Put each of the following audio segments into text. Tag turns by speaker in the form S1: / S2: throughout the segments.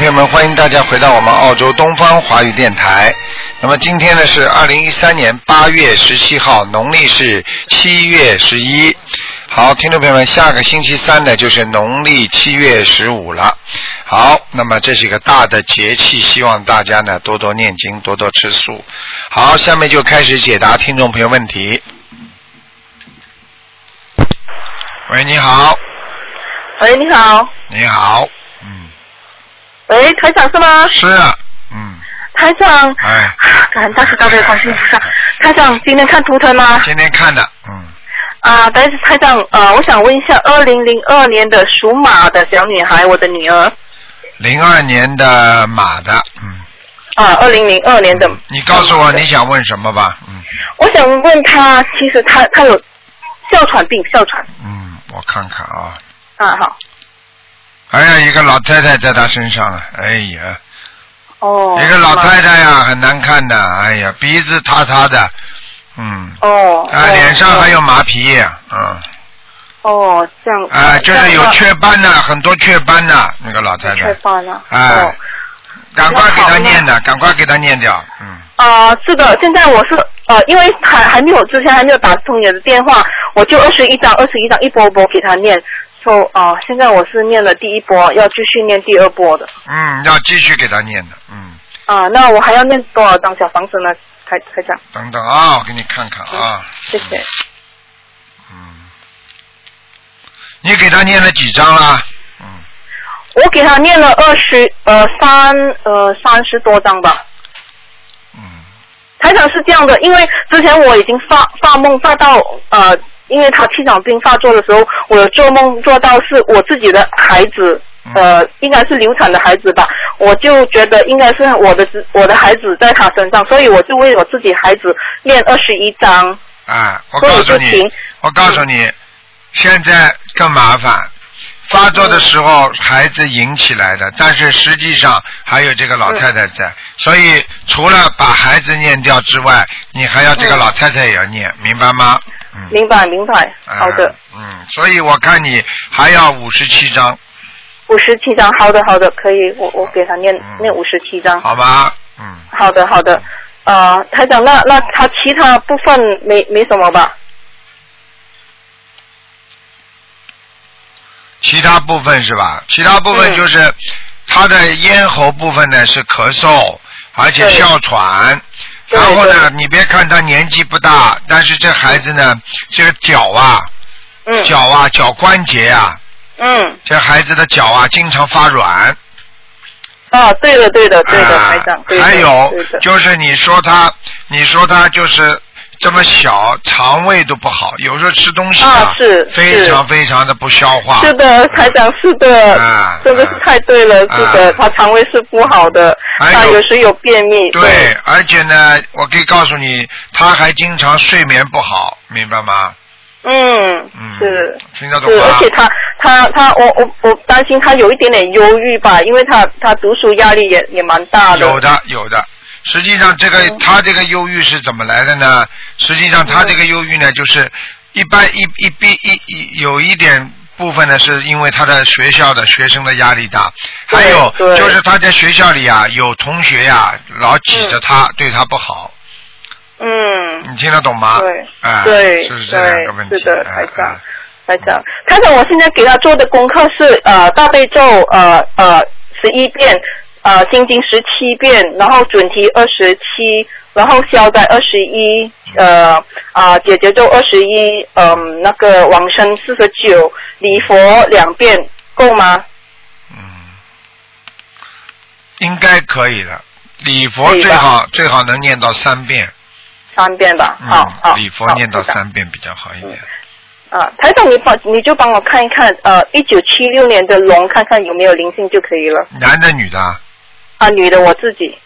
S1: 友们，欢迎大家回到我们澳洲东方华语电台。那么今天呢是二零一三年八月十七号，农历是七月十一。好，听众朋友们，下个星期三呢就是农历七月十五了。好，那么这是一个大的节气，希望大家呢多多念经，多多吃素。好，下面就开始解答听众朋友问题。喂，你好，
S2: 喂，你好，
S1: 你好，嗯，
S2: 喂，台长是吗？
S1: 是啊，嗯，
S2: 台长，啊
S1: 哎，
S2: 感恩大师大悲观世音菩萨。台长，今天看图腾吗？
S1: 今天看的，嗯，
S2: 啊，但是台长，呃，我想问一下，二零零二年的属马的小女孩，我的女儿，
S1: 零二年的马的，嗯，
S2: 啊，二零零二年的，
S1: 你告诉我你想问什么吧，嗯
S2: 我想问她，其实她她有哮喘病，哮喘，
S1: 嗯，我看看啊，
S2: 啊好，
S1: 还有一个老太太在她身上了，哎呀，
S2: 哦，
S1: 一个老太太呀、很难看的，哎呀，鼻子塌塌的，嗯，
S2: 哦，
S1: 啊，
S2: 哦
S1: 脸上还有马皮，嗯，
S2: 哦，这样，
S1: 啊，就是有雀斑呐，很多雀斑呐，那个老太
S2: 雀
S1: 太，
S2: 斑啊，
S1: 哎
S2: 哦
S1: 赶快给
S2: 那
S1: 她
S2: 好呢
S1: 念的，赶快给她念掉，嗯，
S2: 啊，这个现在我是呃，因为还还没有之前还没有打通你的电话，我就二十一张二十一张一波一波给他念。说、啊，现在我是念了第一波，要继续念第二波的。
S1: 嗯，要继续给她念的，嗯，
S2: 啊，那我还要念多少张小房子呢？台台长，
S1: 等等啊，我给你看看啊，
S2: 谢谢。
S1: 嗯，你给她念了几张啦？嗯，
S2: 我给他念了二十呃三呃三十多张吧。
S1: 嗯，
S2: 台长是这样的，因为之前我已经发发梦发到呃，因为他气场病发作的时候，我有做梦做到是我自己的孩子，
S1: 嗯
S2: 呃，应该是流产的孩子吧，我就觉得应该是我的子我的孩子在他身上，所以我就为我自己孩子念二十一章，
S1: 啊，我
S2: 所以
S1: 告
S2: 我
S1: 诉
S2: 就
S1: 你
S2: 停，。
S1: 我告诉你，现在更麻烦。发作的时候，孩子引起来的，但是实际上还有这个老太太在，所以除了把孩子念掉之外，你还要这个
S2: 嗯
S1: 老太太也要念，明白吗？嗯，
S2: 明白明白，好的
S1: 啊，。嗯，所以我看你还要五十七章，
S2: 五十七章，好的好的，可以，我我给他念
S1: 嗯
S2: 念五十七章。
S1: 好吧？嗯，
S2: 好的好的，呃，台长，那那他其他部分没没什么吧？
S1: 其他部分是吧？其他部分就是他的咽喉部分呢是咳嗽，而且
S2: 对
S1: 哮喘。
S2: 对
S1: 然后呢
S2: 对，
S1: 你别看他年纪不大，但是这孩子呢，这个脚啊、
S2: 嗯
S1: 脚啊、脚关节啊，
S2: 嗯，
S1: 这孩子的脚啊经常发软。
S2: 哦，对的对的对的，
S1: 啊
S2: 台长，对的
S1: 还有
S2: 对的，
S1: 就是你说他，你说他就是这么小，肠胃都不好，有时候吃东西
S2: 啊是
S1: 非
S2: 是
S1: 常非常的不消化。
S2: 是的，台长是的，
S1: 啊
S2: 真的是太对了，是
S1: 啊
S2: 的，他肠胃是不好的，
S1: 还
S2: 他
S1: 有
S2: 有时有便秘，
S1: 对，而且呢，我可以告诉你，他还经常睡眠不好，明白吗？
S2: 嗯
S1: 嗯，，
S2: 是。
S1: 听得懂
S2: 是，
S1: 吗？
S2: 而且他他他，我我我担心他有一点点忧郁吧，因为他他读书压力也也蛮大的。
S1: 有的有的，实际上这个、
S2: 嗯
S1: 他这个忧郁是怎么来的呢？实际上他这个忧郁呢，就是一般一一比一一有一点。部分呢，是因为他的学校的学生的压力大，还
S2: 对
S1: 有
S2: 对
S1: 就是他在学校里啊，有同学呀、老挤着他，对他不好，
S2: 嗯，
S1: 你听得懂吗？
S2: 对，
S1: 哎，
S2: 对，
S1: 是不是这两个问题？
S2: 对，是的，
S1: 哎
S2: 台长
S1: 哎，
S2: 台长，台长，我现在给他做的功课是呃大悲咒呃呃十一遍，呃心经十七遍，然后准提二十七，然后消灾二十一，呃啊、解结咒二十一，嗯那个往生四十九，礼佛两遍够吗？
S1: 嗯，应该可以的。礼佛
S2: 可以吧
S1: 最好最好能念到三遍，
S2: 三遍吧，好好，
S1: 嗯，礼佛
S2: 好
S1: 念到。
S2: 知道
S1: 三遍比较好一点。
S2: 啊，台长，你帮你就帮我看一看，呃，一九七六年的龙，看看有没有灵性就可以了。
S3: 嗯
S1: 男的女的啊？
S2: 啊，女的我自己。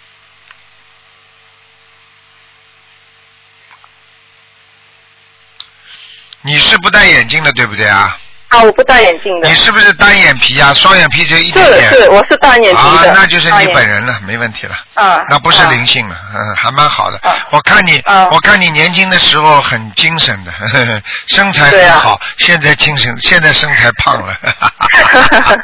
S1: 你是不戴眼镜的对不对啊？
S3: 啊，我不戴眼镜的
S1: 你。是不是单眼皮啊？双眼皮只有一点点。
S3: 是是，我是单眼皮
S1: 啊
S3: 的。，
S1: 那就是
S3: 单
S1: 你
S3: 眼
S1: 本人了，没问题了。
S3: 啊，
S1: 那不是
S3: 啊
S1: 灵性了，嗯，还蛮好的
S3: 啊。
S1: 我看你
S3: 啊，
S1: 我看你年轻的时候很精神的， 呵呵身材
S3: 对
S1: 很
S3: 啊
S1: 好，现在精神，现在身材胖 了。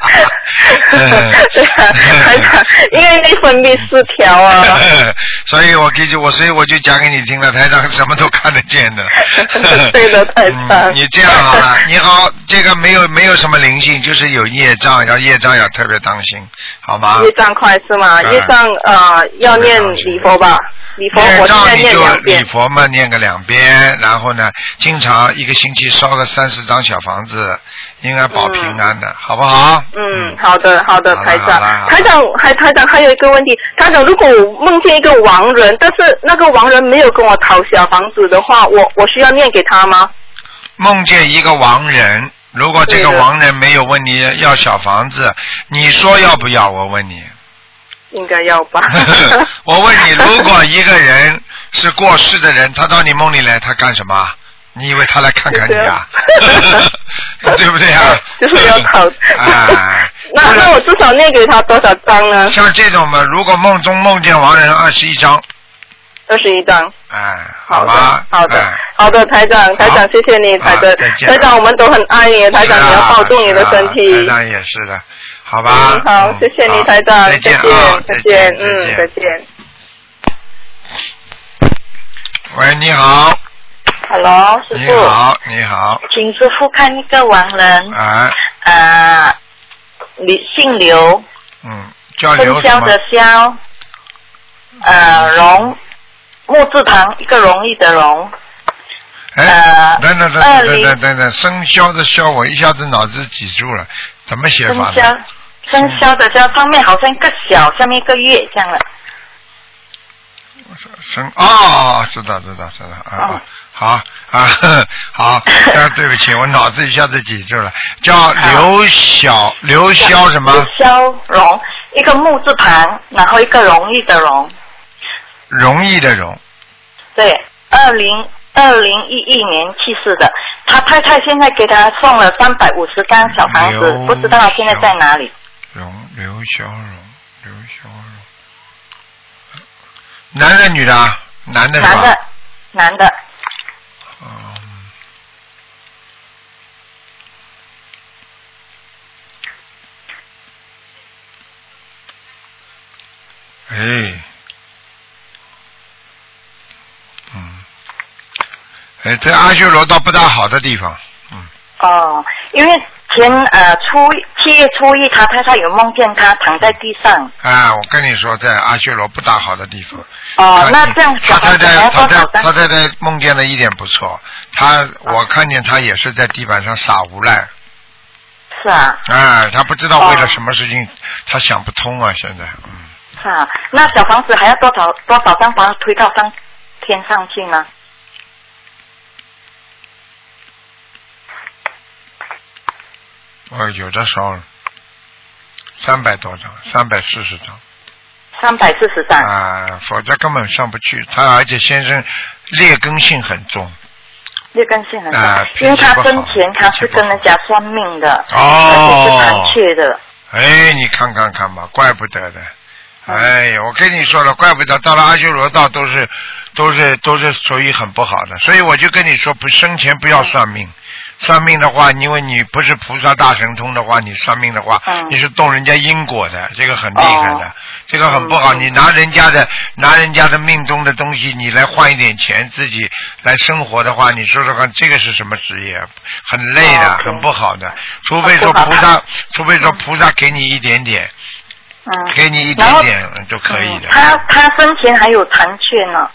S1: 嗯
S3: 对啊，很惨，因为内分泌失调啊。。
S1: 所以，我给就我，所以我就讲给你听了，台长什么都看得见的
S3: 对的台长
S1: 嗯你这样好了，你好，这个没有没有什么灵性，就是有业障，要业障要特别当心，好吗？
S3: 业障快是吗？
S1: 嗯
S3: 业障呃要念礼佛吧，礼佛
S1: 念
S3: 我现
S1: 照
S3: 在
S1: 你
S3: 念
S1: 就
S3: 两
S1: 礼
S3: 遍。
S1: 佛嘛，念个两遍，然后呢，经常一个星期烧个三四张小房子，应该保平安的，好不好？
S3: 嗯，好的，好的，
S1: 好了
S3: 台
S1: 好
S3: 长
S1: 了好，了
S3: 台长还台长还有一个问题，台长，如果我梦见一个亡人，但是那个亡人没有跟我讨小房子的话，我我需要念给他吗？
S1: 梦见一个亡人，如果这个
S3: 对的
S1: 亡人没有问你要小房子，你说要不要？我问你，。
S3: 应该要吧
S1: 我问你，如果一个人是过世的人，他到你梦里来，他干什么？你以为他来看看你啊？对不对啊？
S3: 就是要 讨
S1: 哎，
S3: 那
S1: 不然
S3: 那我至少念给他多少张呢？
S1: 像这种嘛，如果梦中梦见亡人二十一章，
S3: 二十一张。
S1: 哎，
S3: 好的
S1: 吗，？
S3: 好的
S1: 哎，
S3: 好的，台长，台
S1: 好
S3: 长，谢谢你，台
S1: 啊
S3: 长，
S1: 再见
S3: 台长，我们都很爱你，台长，
S1: 是啊
S3: 你要保重你的身
S1: 是啊
S3: 体
S1: 台。长也是的，好吧
S3: 嗯。好
S1: 嗯，
S3: 谢谢你，
S1: 好
S3: 台长，
S1: 再见啊，
S3: 再
S1: 再见，
S3: 嗯，
S1: 再
S3: 再
S1: 见。
S3: 见。
S1: 喂，你好，
S2: Hello，师
S1: 你
S2: 傅，
S1: 好，你好，
S2: 请师傅看一个亡人，
S1: 哎，
S2: 呃，刘姓刘，
S1: 嗯，叫刘
S2: 生
S1: 什
S2: 肖
S1: 么？
S2: 的肖，呃，荣，木字旁一个容易的容，
S1: 哎
S2: 呃，
S1: 等等等
S2: 二
S1: 等等
S2: 零
S1: 等等等，生肖的肖，我一下子脑子记住了，怎么写法
S2: 生肖
S1: 呢？，
S2: 生肖的肖上面好像一个小，下面一个月这样了，
S1: 生哦，知道知道知道啊
S2: 哦，
S1: 好啊 呵好， 啊对不起，我脑子一下子记住了，叫刘小刘肖什么
S2: 刘肖荣，一个木字旁，然后一个容易的容，
S1: 容易的容，
S2: 对，二零二零一一年去世的，他太太现在给他送了三百五十张小房子
S1: 刘，
S2: 不知道他现在在哪里。
S1: 容刘肖容刘肖容，男的女的啊？男的是吧？
S2: 男的，男的，
S1: 嗯。哎，嗯，哎，在阿修罗道不大好的地方，嗯，
S2: 哦，因为前呃初一七月初一，他太太有梦见他躺在地上。
S1: 啊，我跟你说，在阿修罗不大好的地方。
S2: 哦
S1: 他，
S2: 那这样小
S1: 他太
S2: 房子
S1: 太，他
S2: 要多
S1: 太
S2: 少
S1: 他
S2: 张？
S1: 太太梦见了一点不错，他我看见他也是在地板上撒无赖，
S2: 是啊，
S1: 哎，他不知道为了
S2: 哦
S1: 什么事情，他想不通啊，现在，嗯，
S2: 是啊，那小房子还要多少多少张把它推到上天上去呢？
S1: 哦，有的烧了，三百多张，三百四十张，
S2: 三百四十张。
S1: 啊，否则根本上不去。他而且先生劣根性很重，
S2: 劣根性很
S1: 啊
S2: 大，
S1: 脾气
S2: 因为他
S1: 不好
S2: 生前他
S1: 脾气
S2: 是
S1: 不好
S2: 跟人家算命的，
S1: 哦
S2: 而且是残缺的，
S1: 哎，你看看看吧，怪不得的。
S2: 嗯
S1: 哎，我跟你说了，怪不得到了阿修罗道都是，都是都是属于很不好的，所以我就跟你说，不生前不要算命，
S2: 嗯
S1: 算命的话，因为你不是菩萨大神通的话，你算命的话，
S2: 嗯
S1: 你是动人家因果的，这个很厉害的，
S2: 哦
S1: 这个很不好。
S2: 嗯
S1: 你拿人家的拿人家的命中的东西，你来换一点钱，自己来生活的话，你说说看，这个是什么职业？很累的，
S2: 哦，OK
S1: 很不好的，除非说
S2: 很
S1: 菩
S2: 啊不好
S1: 萨，除非说菩萨给你一点点，
S2: 嗯，
S1: 给你一
S2: 然
S1: 点
S2: 后
S1: 点嗯都可以的
S2: 嗯。他他生前还有残缺呢，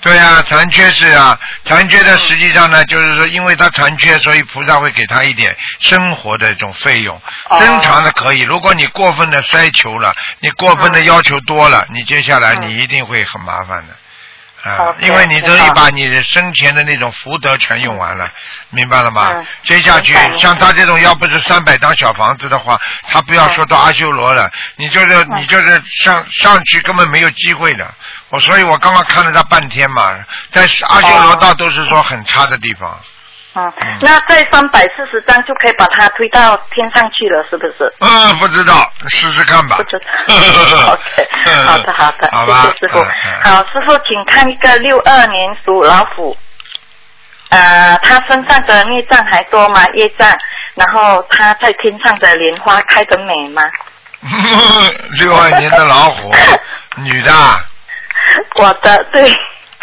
S1: 对啊，残缺是啊，残缺的实际上
S2: 嗯
S1: 呢，就是说，因为他残缺，所以菩萨会给他一点生活的这种费用。
S2: 哦
S1: 正常的可以，如果你过分的筛求了，你过分的要求多了，你接下来
S2: 嗯
S1: 你一定会很麻烦的。啊，
S2: OK，
S1: 因为你这
S2: 明
S1: 一
S2: 白
S1: 把你的生前的那种福德全用完了，明白了吗
S2: 嗯？
S1: 接下去
S2: 明白明白
S1: 像他这种，要不是三百张小房子的话，他不要说到阿修罗了，你就是
S2: 嗯
S1: 你就是上上去根本没有机会的。我所以，我刚刚看了他半天嘛，在阿修罗道都是说很差的地方，
S2: 嗯，那这三百四十张就可以把它推到天上去了，是不是？
S1: 嗯，不知道，试试看吧
S2: 不。知道。OK，
S1: 嗯
S2: 好的好的，
S1: 好
S2: 谢
S1: 吧
S2: 谢师傅。
S1: 嗯嗯
S2: 好，师傅，请看一个六二年属老虎，呃，他身上的孽障还多吗？业障，然后他在天上的莲花开得美吗？
S1: 六二年的老 虎，女的啊，
S2: 我的对，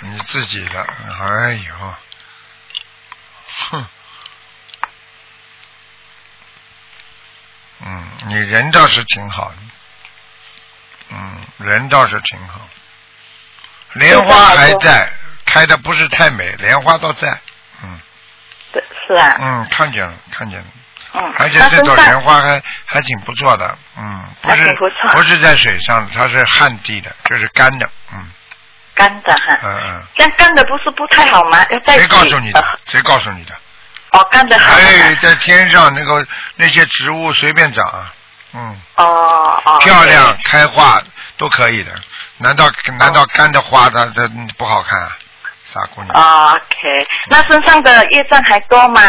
S1: 你自己的，哎呦，哼，嗯，你人倒是挺好的，嗯，人倒是挺好，莲花还在，开的不是太美，莲花倒在，嗯
S2: 对是啊，
S1: 嗯，看见了，看见了。
S2: 嗯，
S1: 而且
S2: 他
S1: 这
S2: 身
S1: 朵
S2: 上
S1: 莲花还还挺不错的，嗯，不
S2: 还
S1: 是
S2: 挺不错
S1: 是在水上的，它是旱地的，就是干的，嗯
S2: 干的哈，
S1: 嗯嗯，
S2: 干干的不是不太好吗？要再
S1: 哎谁
S2: 去
S1: 告诉你
S2: 啊呃
S1: 的？谁告诉你的？
S2: 哦，干的好吗。
S1: 哎，在天上那个那些植物随便长啊，嗯，
S2: 哦哦，
S1: 漂亮开花都可以的，难道难道干的花它它不好看啊？傻姑娘，
S2: 啊哦 OK，那身上的业障还多吗？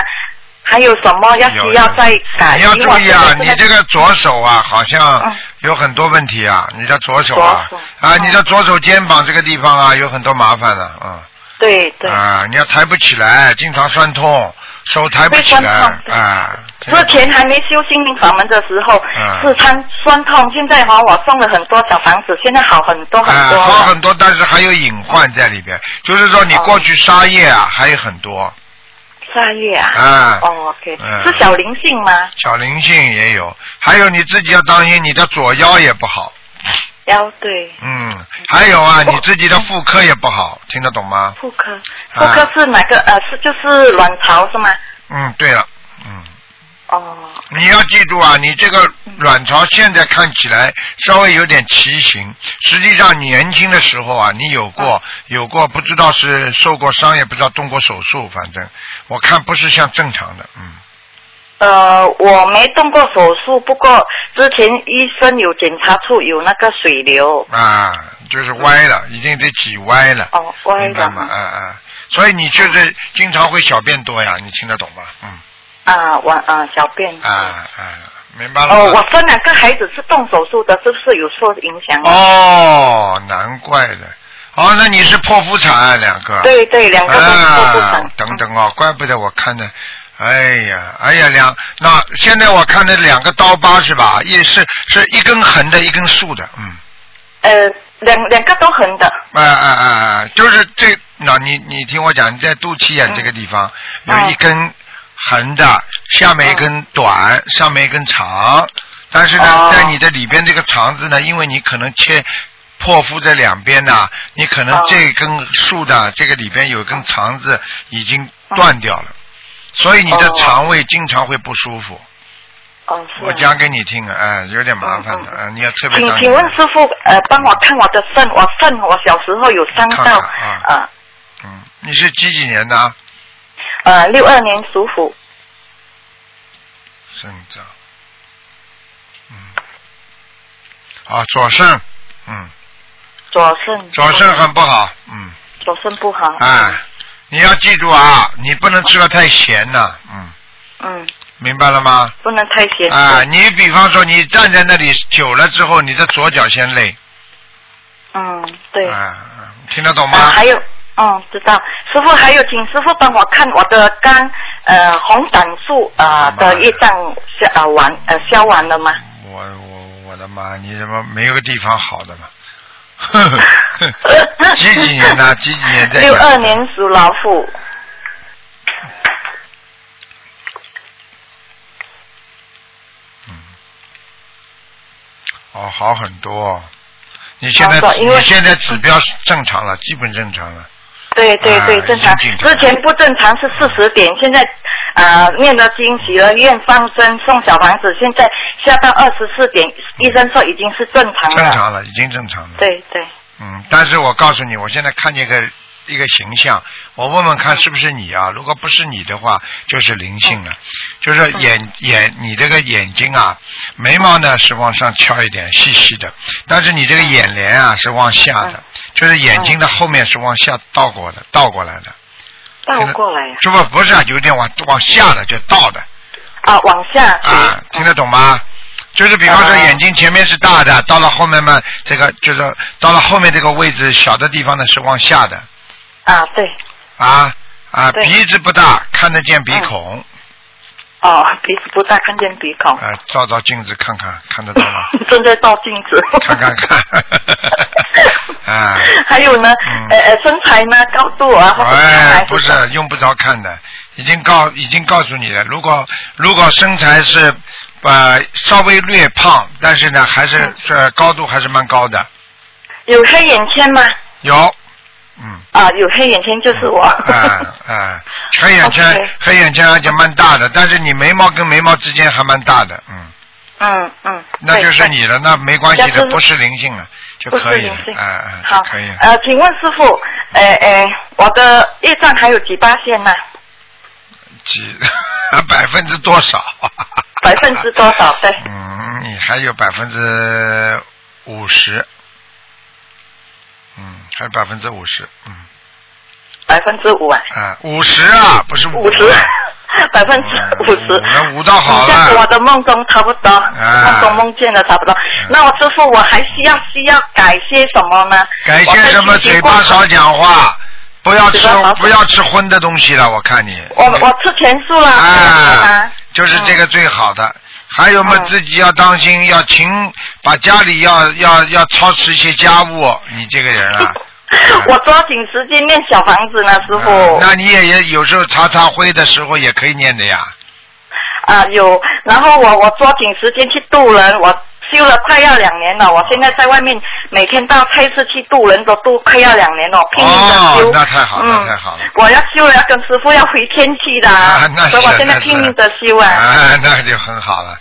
S2: 还有什么要需要再改？
S1: 你要
S2: 因为我
S1: 注意啊，
S2: 现在
S1: 你这个左手啊，好像
S2: 嗯
S1: 有很多问题啊，你的左手啊
S2: 左手，
S1: 啊，
S2: 嗯
S1: 你的左手肩膀这个地方啊，有很多麻烦的，嗯。
S2: 对对，
S1: 啊，你要抬不起来，经常酸痛，手抬不起
S2: 会
S1: 来
S2: 酸痛对
S1: 啊。这个
S2: 之前还没修心灵法门的时候
S1: 嗯
S2: 是酸酸痛，现在哈我送了很多小房子，现在好很多很
S1: 啊，
S2: 多
S1: 好
S2: 了。
S1: 很多，但是还有隐患在里边，就是说你
S2: 哦
S1: 过去杀业啊，还有很多
S2: 下月啊，
S1: 啊，
S2: 哦 OK，
S1: 嗯
S2: 是小灵性吗？
S1: 小灵性也有，还有你自己要当心，你的左腰也不好，
S2: 腰对，
S1: 嗯，还有啊，
S2: 我
S1: 你自己的妇科也不好，听得懂吗？
S2: 妇科，
S1: 啊
S2: 妇科是哪个？呃，是就是卵巢是吗？
S1: 嗯，对了，嗯。
S2: 哦，
S1: 你要记住啊，你这个卵巢现在看起来稍微有点畸形，实际上你年轻的时候啊，你有过有过不知道是受过伤，也不知道动过手术，反正我看不是像正常的，嗯，
S2: 呃，我没动过手术，不过之前医生有检查出有那个水流。
S1: 啊，就是歪了，已经得挤歪了，
S2: 哦，歪
S1: 明白
S2: 的
S1: 吗？啊啊，所以你就是经常会小便多呀，你听得懂吗？嗯，
S2: 啊，我啊小便。
S1: 啊啊，明白了
S2: 哦，
S1: 吗？
S2: 我生两个孩子是动手术的，是不是有受影响？，啊
S1: 哦，难怪的，哦，那你是剖腹产啊两个，
S2: 对对，两个都是做不成
S1: 哦啊，等等哦，怪不得我看的，哎呀，哎呀，两那现在我看的两个刀疤是吧？也是是一根横的，一根竖的，嗯，
S2: 呃，两两个都横的。
S1: 啊啊啊啊，就是这，那你你听我讲，你在肚脐眼这个地方、
S2: 嗯
S1: 有一根横的，下面一根短，上面一根长，但是呢，
S2: 哦
S1: 在你的里边这个肠子呢，因为你可能切。破腹在两边呐、你可能
S2: 哦
S1: 这根竖的、这个里边有一根肠子已经断掉了，所以你的
S2: 哦
S1: 肠胃经常会不舒服。
S2: 哦，是啊
S1: 我讲给你听啊，哎，有点麻烦的，
S2: 嗯嗯
S1: 啊，你要特别
S2: 请
S1: 当心
S2: 请。问师傅，呃，帮我看我的肾，我肾我小时候有伤
S1: 看
S2: 到，
S1: 看
S2: 呃
S1: 嗯，你是几几年的啊？
S2: 呃，六二年属虎，
S1: 肾脏，嗯，啊，左肾，嗯，
S2: 左肾
S1: 左肾很不好，嗯，
S2: 左肾不好，
S1: 哎，你要记住啊，你不能吃的太咸呐、嗯，
S2: 嗯，
S1: 明白了吗？
S2: 不能太咸，
S1: 啊，你比方说你站在那里久了之后，你的左脚先累，
S2: 嗯，对，
S1: 啊，听得懂
S2: 啊，
S1: 吗？
S2: 还有，嗯，知道。师傅，还有，请师傅帮我看我的肝，呃，红胆素呃
S1: 干嘛呀
S2: 的业障消呃完呃消完了吗？
S1: 我我我的妈，你怎么没有个地方好的 嘛？呵呵几几年的、几几年在？
S2: 六二年属老虎，
S1: 哦，好很多。你现在
S2: 好的因为
S1: 你现在指标是正常了，基本正常了。
S2: 对对对，
S1: 啊
S2: 正常。
S1: 已经正
S2: 之
S1: 常
S2: 前不正常是四十点，现在呃念了经许了愿放生送小房子，现在下到二十四点，医生说已经是正常了。
S1: 正。常了，已经正常了。
S2: 对对，
S1: 嗯，但是我告诉你，我现在看见一个一个形象，我问问看是不是你啊？如果不是你的话，就是灵性了，就是眼、眼你这个眼睛啊，眉毛呢是往上翘一点，细细的，但是你这个眼帘啊是往下的，就是眼睛的后面是往下倒过的，倒过来的。
S2: 倒过来呀、
S1: 这不不是啊，有点往往下的，就倒的
S2: 啊，往下
S1: 啊，听得懂吗？就是比方说
S2: 啊
S1: 眼睛前面是大的，到了后面嘛，这个就是到了后面这个位置小的地方呢是往下的
S2: 啊，对，
S1: 啊啊，
S2: 对
S1: 鼻子不大，看得见鼻孔
S2: 哦，鼻子不大，看见鼻孔，
S1: 啊，照照镜子看看，看得到吗？
S2: 正在照镜子。
S1: 看看看， 啊。
S2: 还有呢
S1: 嗯，
S2: 呃呃，身材呢，高度啊，或者身
S1: 哎
S2: 材，
S1: 不是
S2: 什么，
S1: 用不着看的，已经告已经告诉你了。如果如果身材是呃稍微略胖，但是呢还
S2: 嗯
S1: 是这、高度还是蛮高的，
S2: 有黑眼圈吗？
S1: 有，嗯，
S2: 啊，有黑眼圈就是我。
S1: 啊啊，黑眼圈
S2: OK
S1: 黑眼圈而且蛮大的，但是你眉毛跟眉毛之间还蛮大的，嗯，
S2: 嗯嗯。
S1: 那就是
S2: 对。对
S1: 你了，那没关系
S2: 那就
S1: 的，
S2: 是
S1: 不是灵性了就
S2: 不
S1: 可
S2: 是
S1: 以
S2: 灵
S1: 了，
S2: 性，
S1: 啊啊，
S2: 好
S1: 就可以了。
S2: 呃，请问师傅，呃呃，我的业障还有几八线呢？
S1: 几 百分之多少？
S2: 百分之多少？对，
S1: 嗯，你还有百分之五十，嗯，还有百分之五十，嗯
S2: 百分之 五啊，
S1: 啊，五十啊，不是
S2: 五十
S1: 啊，
S2: 百分之五十。
S1: 哎那五到好
S2: 这样子我
S1: 了，哎
S2: 的梦中差不多，梦中梦见的差不多。
S1: 嗯
S2: 那我师傅，我还需要需要改些什么呢？
S1: 改些什么？嘴巴少讲话，不要吃
S2: 嘴巴少
S1: 不要吃荤的东西了，我看你。
S2: 我我吃全素了。
S1: 啊，就是这
S2: 个。
S1: 个最好的。还有嘛，
S2: 嗯
S1: 自己要当心，要勤，把家里要要要操持一些家务。你这个人啊，
S2: 我抓紧时间念小房子呢，师傅。
S1: 啊那你也也有时候擦擦灰的时候也可以念的呀。
S2: 啊，有，然后我我抓紧时间去渡人，我修了快要两年了，我现在在外面每天到菜市去渡人，都渡快要两年了，拼命的修。
S1: 哦那太好了
S2: 嗯，
S1: 太好了
S2: 我要修了，要跟师傅要回天气的，
S1: 啊那是
S2: 所以我现
S1: 那
S2: 在
S1: 是
S2: 拼命的修啊，
S1: 啊，那就很好了。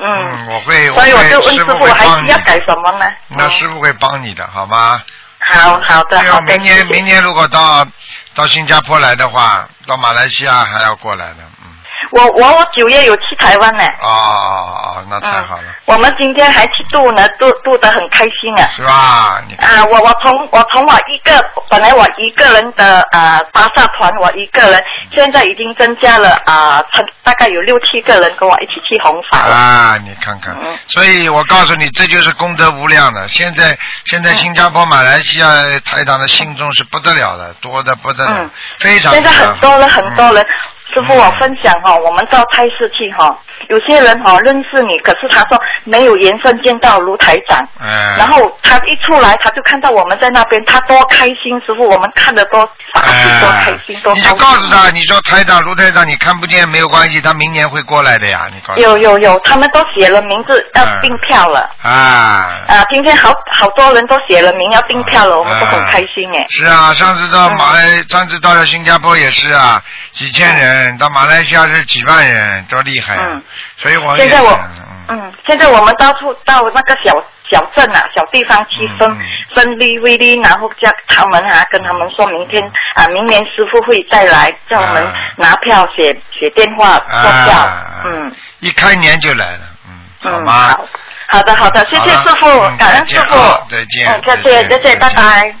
S2: 嗯，
S1: 我会，
S2: 所以我就问
S1: 会，师
S2: 师
S1: 傅
S2: 傅，
S1: 会
S2: 我还
S1: 帮
S2: 需
S1: 你
S2: 要
S1: 的。
S2: 改什么呢？
S1: 那师
S2: 嗯、
S1: 傅会帮你的，好吗？
S2: 好好的，
S1: 对
S2: 好
S1: 哦，
S2: 的，
S1: 明年
S2: 谢谢
S1: 明年如果到到新加坡来的话，到马来西亚还要过来的，嗯。
S2: 我我我九月有去台湾呢。
S1: 哦哦哦，那
S2: 嗯
S1: 太好了，，
S2: 我们今天还去渡呢，渡渡的很开心啊。
S1: 是吧？你看
S2: 啊，我我从我从我一个本来我一个人的啊巴萨团，我一个人，现在已经增加了啊，成大概有六七个人跟我一起去弘法了。
S1: 啊，你看看
S2: 嗯，
S1: 所以我告诉你，这就是功德无量的。现在现
S2: 嗯
S1: 在新加坡、马来西亚台长的信众是不得了的，多的不得了
S2: 嗯，
S1: 非常嗯
S2: 现在很多人，
S1: 非常
S2: 很多人，师傅，我分享哈、哦，我们到菜市去哈、哦，有些人哈、哦、认识你，可是他说没有缘分见到卢台长，
S1: 嗯，
S2: 然后他一出来他就看到我们在那边，他多开心，师傅，我们看得多傻
S1: 哎
S2: 气，多开心，多
S1: 你
S2: 高
S1: 就
S2: 兴。
S1: 告诉他，你说台长、卢台长，你看不见没有关系，他明年会过来的呀，你告诉
S2: 有有有，他们都写了名字要
S1: 嗯
S2: 订票了。
S1: 他啊。
S2: 啊，今天好好多人都写了名要订票
S1: 嗯
S2: 了，我们都很开心哎。
S1: 是啊，上次
S2: 嗯
S1: 到马来，上次到了新加坡也是啊，几千人，到马来西亚是几万人，多厉害啊！
S2: 嗯
S1: 所以我
S2: 现在
S1: 也
S2: 我
S1: 嗯
S2: 嗯，现在我们到处到那个小小镇啊、小地方去
S1: 嗯
S2: 分
S1: 嗯
S2: 分利威利，然后叫他们啊，跟他们说明天啊，明年师傅会再来，叫我们
S1: 嗯啊
S2: 拿票写写电话做票
S1: 啊。
S2: 嗯
S1: 一开年就来了，嗯，
S2: 嗯，
S1: 吗？
S2: 好，好的好的，谢谢
S1: 好
S2: 师
S1: 了
S2: 傅
S1: 嗯，
S2: 感恩
S1: 再
S2: 师
S1: 见
S2: 傅
S1: 啊，再见
S2: 嗯，，再见再见，拜拜。。
S1: 再见。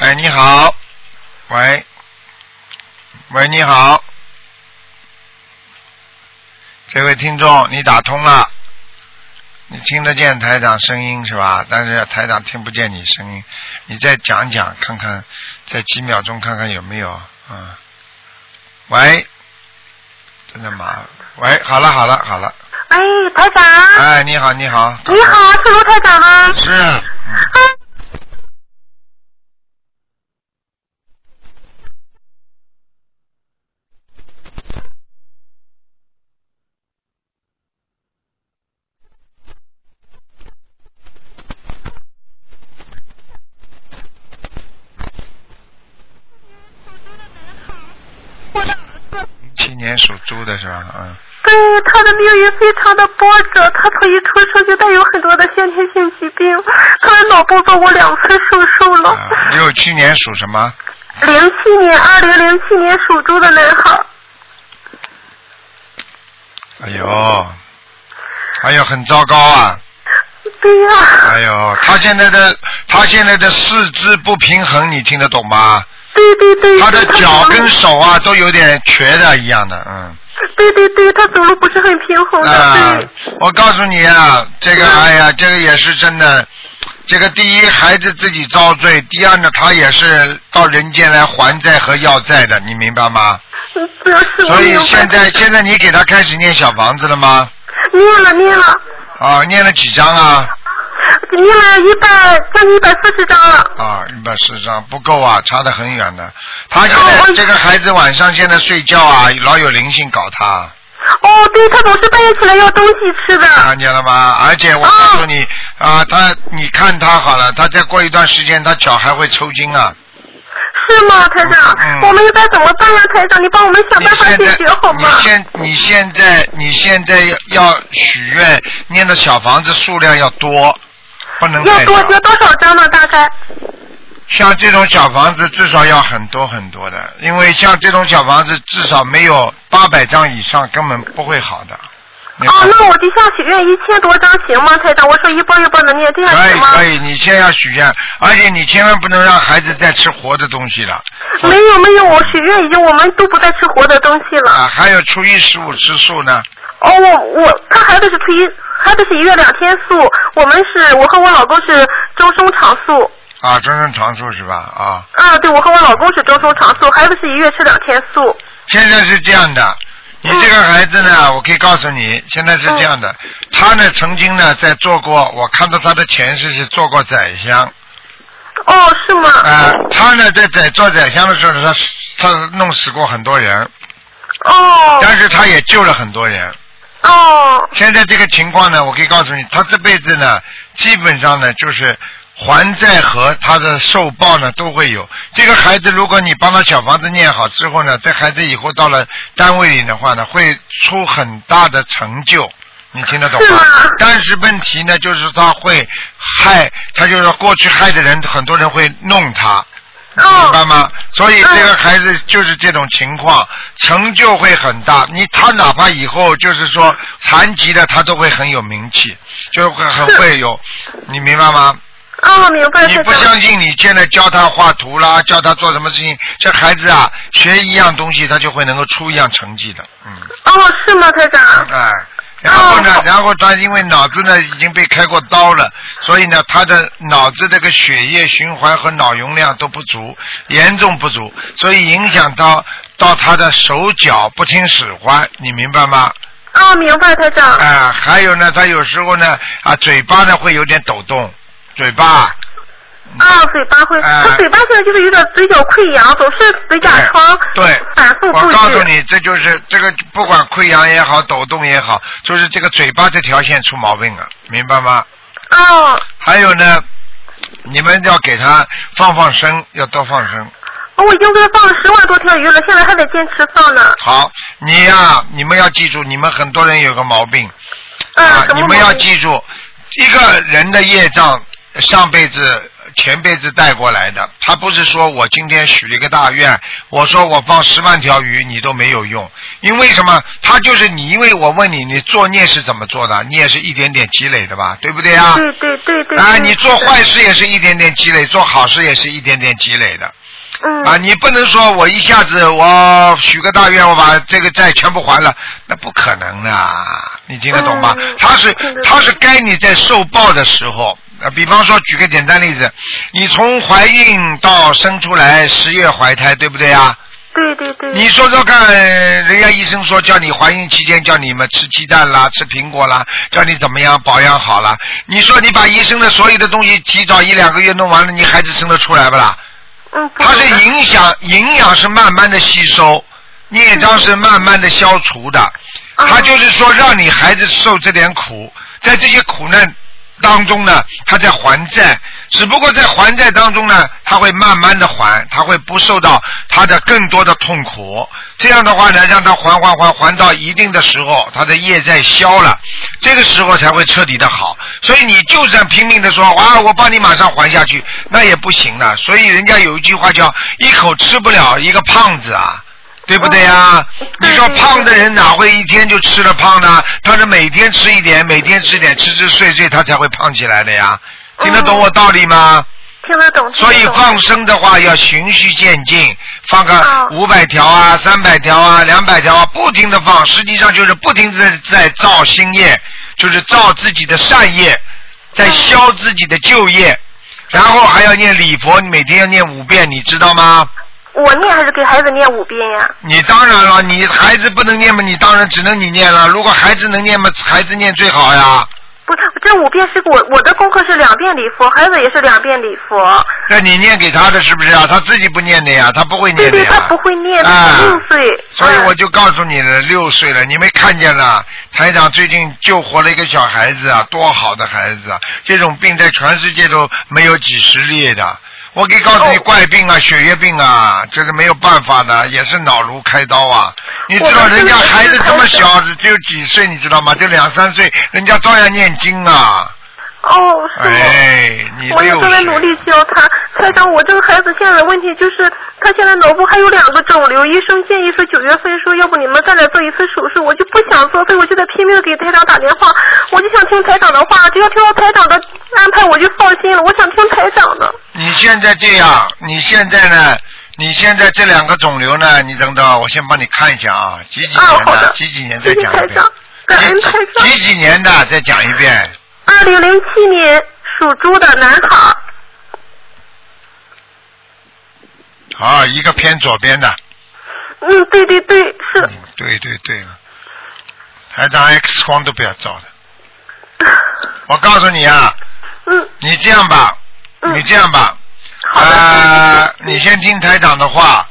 S1: 哎，你好，喂，喂，你好，这位听众，你打通了，你听得见台长声音是吧？但是台长听不见你声音，你再讲讲看看，在几秒钟看看有没有啊、嗯喂，真的麻烦。喂，好了好了好了，
S4: 哎，台长，
S1: 哎，你好你好，
S4: 你好，是卢台长吗？
S1: 是，嗯
S4: 啊，我的儿子
S1: 七年属猪的是吧？嗯，
S4: 对，他的命运非常的波折，他从一出生就带有很多的先天性疾病，他的脑部被我两次手术了。
S1: 啊六七年属什么？
S4: 零七年，二零零七年属猪的男孩，
S1: 哎呦，哎呦，很糟糕啊！
S4: 对，对呀、
S1: 哎呦，他现在的他现在的四肢不平衡，你听得懂吗？
S4: 对对对，
S1: 他的
S4: 走
S1: 脚
S4: 路
S1: 跟手啊都有点瘸的一样的，嗯。
S4: 对对对，他走路不是很平衡的，
S1: 啊
S4: 对，
S1: 我告诉你啊，这个
S4: 嗯
S1: 哎呀，这个也是真的。这个第一，孩子自己遭罪；第二呢，他也是到人间来还债和要债的，你明白吗？
S4: 嗯，主要是我
S1: 所
S4: 没
S1: 以
S4: 有
S1: 现
S4: 办法
S1: 在现在你给他开始念小房子了吗？
S4: 念了念了，
S1: 啊，念了几张啊？
S4: 念了一百将近一百四十张了。
S1: 啊，一百四张不够啊，差得很远的。他现在、
S4: 哦我
S1: 这个孩子晚上现在睡觉啊，老有灵性搞他。
S4: 哦，对，他总是半夜起来要东西吃的。哦
S1: 看见了吗？而且我告诉你啊、他你看他好了，他再过一段时间，他脚还会抽筋啊。
S4: 是吗，台长？
S1: 嗯
S4: 我们应该怎么办呀、啊台长？你哦帮我们想
S1: 你
S4: 办法
S1: 现
S4: 解
S1: 在
S4: 决好
S1: 你
S4: 吗？
S1: 现你现在你现在要许愿念的小房子数量要多，不能
S4: 要
S1: 太
S4: 多
S1: 少
S4: 要多少张呢？大概？
S1: 像这种小房子至少要很多很多的，因为像这种小房子至少没有八百张以上，根本不会好的。明白
S4: 哦，那我就像许愿一千多张行吗，台长？我说一波一波的念，这样
S1: 可以
S4: 行吗？
S1: 可以，你先要许愿，而且你千万不能让孩子再吃活的东西了。
S4: 没有没有，我许愿已经我们都不再吃活的东西了。
S1: 啊，还有初一十五吃素呢，
S4: 哦，我我他孩子是初一，孩子是一月两天素，我们是我和我老公是周中长素。
S1: 啊，终身长素是吧？啊，
S4: 啊，对，我和我老公是周中长素，孩子是一月吃两天素。
S1: 现在是这样的，你这
S4: 嗯
S1: 个孩子呢，我可以告诉你，现在是这样的，他呢曾经呢在做过，我看到他的前世是做过宰相，
S4: 哦，是吗？
S1: 啊，他呢在在做宰相的时候，他他弄死过很多人，
S4: 哦
S1: 但是他也救了很多人。
S4: 哦
S1: 现在这个情况呢，我可以告诉你，他这辈子呢，基本上呢就是还债和他的受报呢都会有。这个孩子，如果你帮他小房子念好之后呢，这孩子以后到了单位里的话呢，会出很大的成就。你听得懂
S4: 是
S1: 吗
S4: 吗？
S1: 但是问题呢，就是他会害，他就是过去害的人，很多人会弄他。明白
S4: 哦
S1: 吗？所以这个孩子就是这种情况，成就会很大。你他哪怕以后就是说残疾的，他都会很有名气，就会很会有，你明白吗？
S4: 哦，明白，
S1: 你
S4: 台
S1: 不
S4: 长。
S1: 相信，你现在教他画图啦，教他做什么事情，这孩子啊，学一样东西，他就会能够出一样成绩的，嗯，
S4: 哦，是吗，台长？
S1: 哎。然后呢
S4: 哦，
S1: 然后他因为脑子呢已经被开过刀了，所以呢，他的脑子这个血液循环和脑容量都不足，严重不足，所以影响到到他的手脚不听使唤，你明白吗？
S4: 哦，明白，台长。
S1: 啊，还有呢，他有时候呢啊，嘴巴呢会有点抖动，嘴巴。嗯
S4: 啊，嘴巴会，
S1: 哎
S4: 他嘴巴现在就是有点嘴角溃疡，总是嘴角疮，
S1: 对，
S4: 反复
S1: 哎我
S4: 不
S1: 告诉
S4: 止。
S1: 你，这就是这个，不管溃疡也好，抖动也好，就是这个嘴巴这条线出毛病了，明白吗？
S4: 哦，
S1: 还有呢，你们要给他放放生，要多放生。
S4: 哦我已经给他放了十万多条鱼了，现在还得坚持放呢。
S1: 好，你呀、你们要记住，你们很多人有个毛病
S4: 啊，什
S1: 你
S4: 么
S1: 们
S4: 毛
S1: 要
S4: 病？
S1: 记住，一个人的业障，上辈子。前辈子带过来的，他不是说我今天许了一个大愿，我说我放十万条鱼，你都没有用，因为什么？他就是你，因为我问你，你作孽是怎么做的？你也是一点点积累的吧，对不对啊？
S4: 对对对对。
S1: 啊，
S4: 对
S1: 你做坏事也是一点点积累，做好事也是一点点积累的。
S4: 嗯
S1: 啊，你不能说我一下子我许个大愿，我把这个债全部还了，那不可能的、你听得懂吗？
S4: 嗯
S1: 他是
S4: 听得懂
S1: 他是该你在受报的时候。啊，比方说，举个简单例子，你从怀孕到生出来十月怀胎，对不对啊？
S4: 对对对。
S1: 你说说看，人家医生说叫你怀孕期间叫你们吃鸡蛋啦，吃苹果啦，叫你怎么样保养好啦。你说你把医生的所有的东西提早一两个月弄完了，你孩子生得出来不啦？
S4: 嗯，不
S1: 它是
S4: 懂的
S1: 影响营养是慢慢的吸收，孽障是慢慢的消除的。
S4: 嗯
S1: 它就是说让你孩子受这点苦，在这些苦难当中呢，他在还债。只不过在还债当中呢，他会慢慢的还，他会不受到他的更多的痛苦。这样的话呢，让他还还还还到一定的时候，他的业债消了，这个时候才会彻底的好。所以你就算拼命的说啊，我帮你马上还下去，那也不行的。所以人家有一句话叫“一口吃不了一个胖子”啊。对不对呀、
S4: 哦
S1: 你说胖的人哪会一天就吃了胖呢？他是每天吃一点，每天吃一点，吃吃睡睡，他才会胖起来的呀。听得懂我道理吗？
S4: 哦听得懂。
S1: 所以
S4: 听得懂
S1: 放生的话要循序渐进，放个
S4: 哦
S1: 五百条啊、三百条啊、两百条啊，不停的放，实际上就是不停的在造新业，就是造自己的善业，在消自己的旧
S4: 嗯
S1: 业，然后还要念礼佛，你每天要念五遍，你知道吗？
S4: 我念还是给孩子念五遍呀？
S1: 你当然了，你孩子不能念嘛，你当然只能你念了。如果孩子能念嘛，孩子念最好呀。
S4: 不是，这五遍是我我的功课是两遍礼佛，孩子也是两遍礼佛。
S1: 那你念给他的是不是啊？他自己不念的呀，他不会
S4: 对
S1: 念的
S4: 对，
S1: 呀。
S4: 他不会念，
S1: 啊
S4: 他六岁。
S1: 所以
S4: 嗯
S1: 我就告诉你了，六岁了，你没看见了？台长最近救活了一个小孩子啊，多好的孩子啊！这种病在全世界都没有几十例的。我可以告诉你，
S4: 哦
S1: 怪病啊，血液病啊，这是没有办法的，也是脑颅开刀啊。你知道
S4: 我们
S1: 人
S4: 这
S1: 家
S4: 个
S1: 孩子
S4: 是
S1: 这么
S4: 开始
S1: 小，只有几岁，你知道吗？就两三岁，人家照样念经啊。
S4: 哦，是
S1: 哎，你
S4: 我也
S1: 六
S4: 正在
S1: 岁。
S4: 努力教他。台长，我这个孩子现在的问题就是，他现在脑部还有两个肿瘤，医生建议说九月份说，要不你们再来做一次手术，我就不想做，所以我就在拼命地给台长打电话，我就想听台长的话，只要听到台长的安排，我就放心了，我想听台长的。
S1: 你现在这样，你现在呢？你现在这两个肿瘤呢？你等等，我先帮你看一下啊，几几
S4: 啊
S1: 年，
S4: 好的，
S1: 几几年
S4: 谢
S1: 再
S4: 谢
S1: 讲一
S4: 台
S1: 遍
S4: 长。，感恩台
S1: 几
S4: 长。
S1: 几几年的再讲一遍，
S4: 二零零七年属猪的男孩，
S1: 啊，一个偏左边的，
S4: 嗯，对对对，是。
S1: 嗯，对对对，还长 X 光都不要照的。我告诉你啊，
S4: 嗯
S1: 你这样吧，
S4: 嗯
S1: 你这样吧，
S4: 好的
S1: 呃，你先听台长的话，
S4: 啊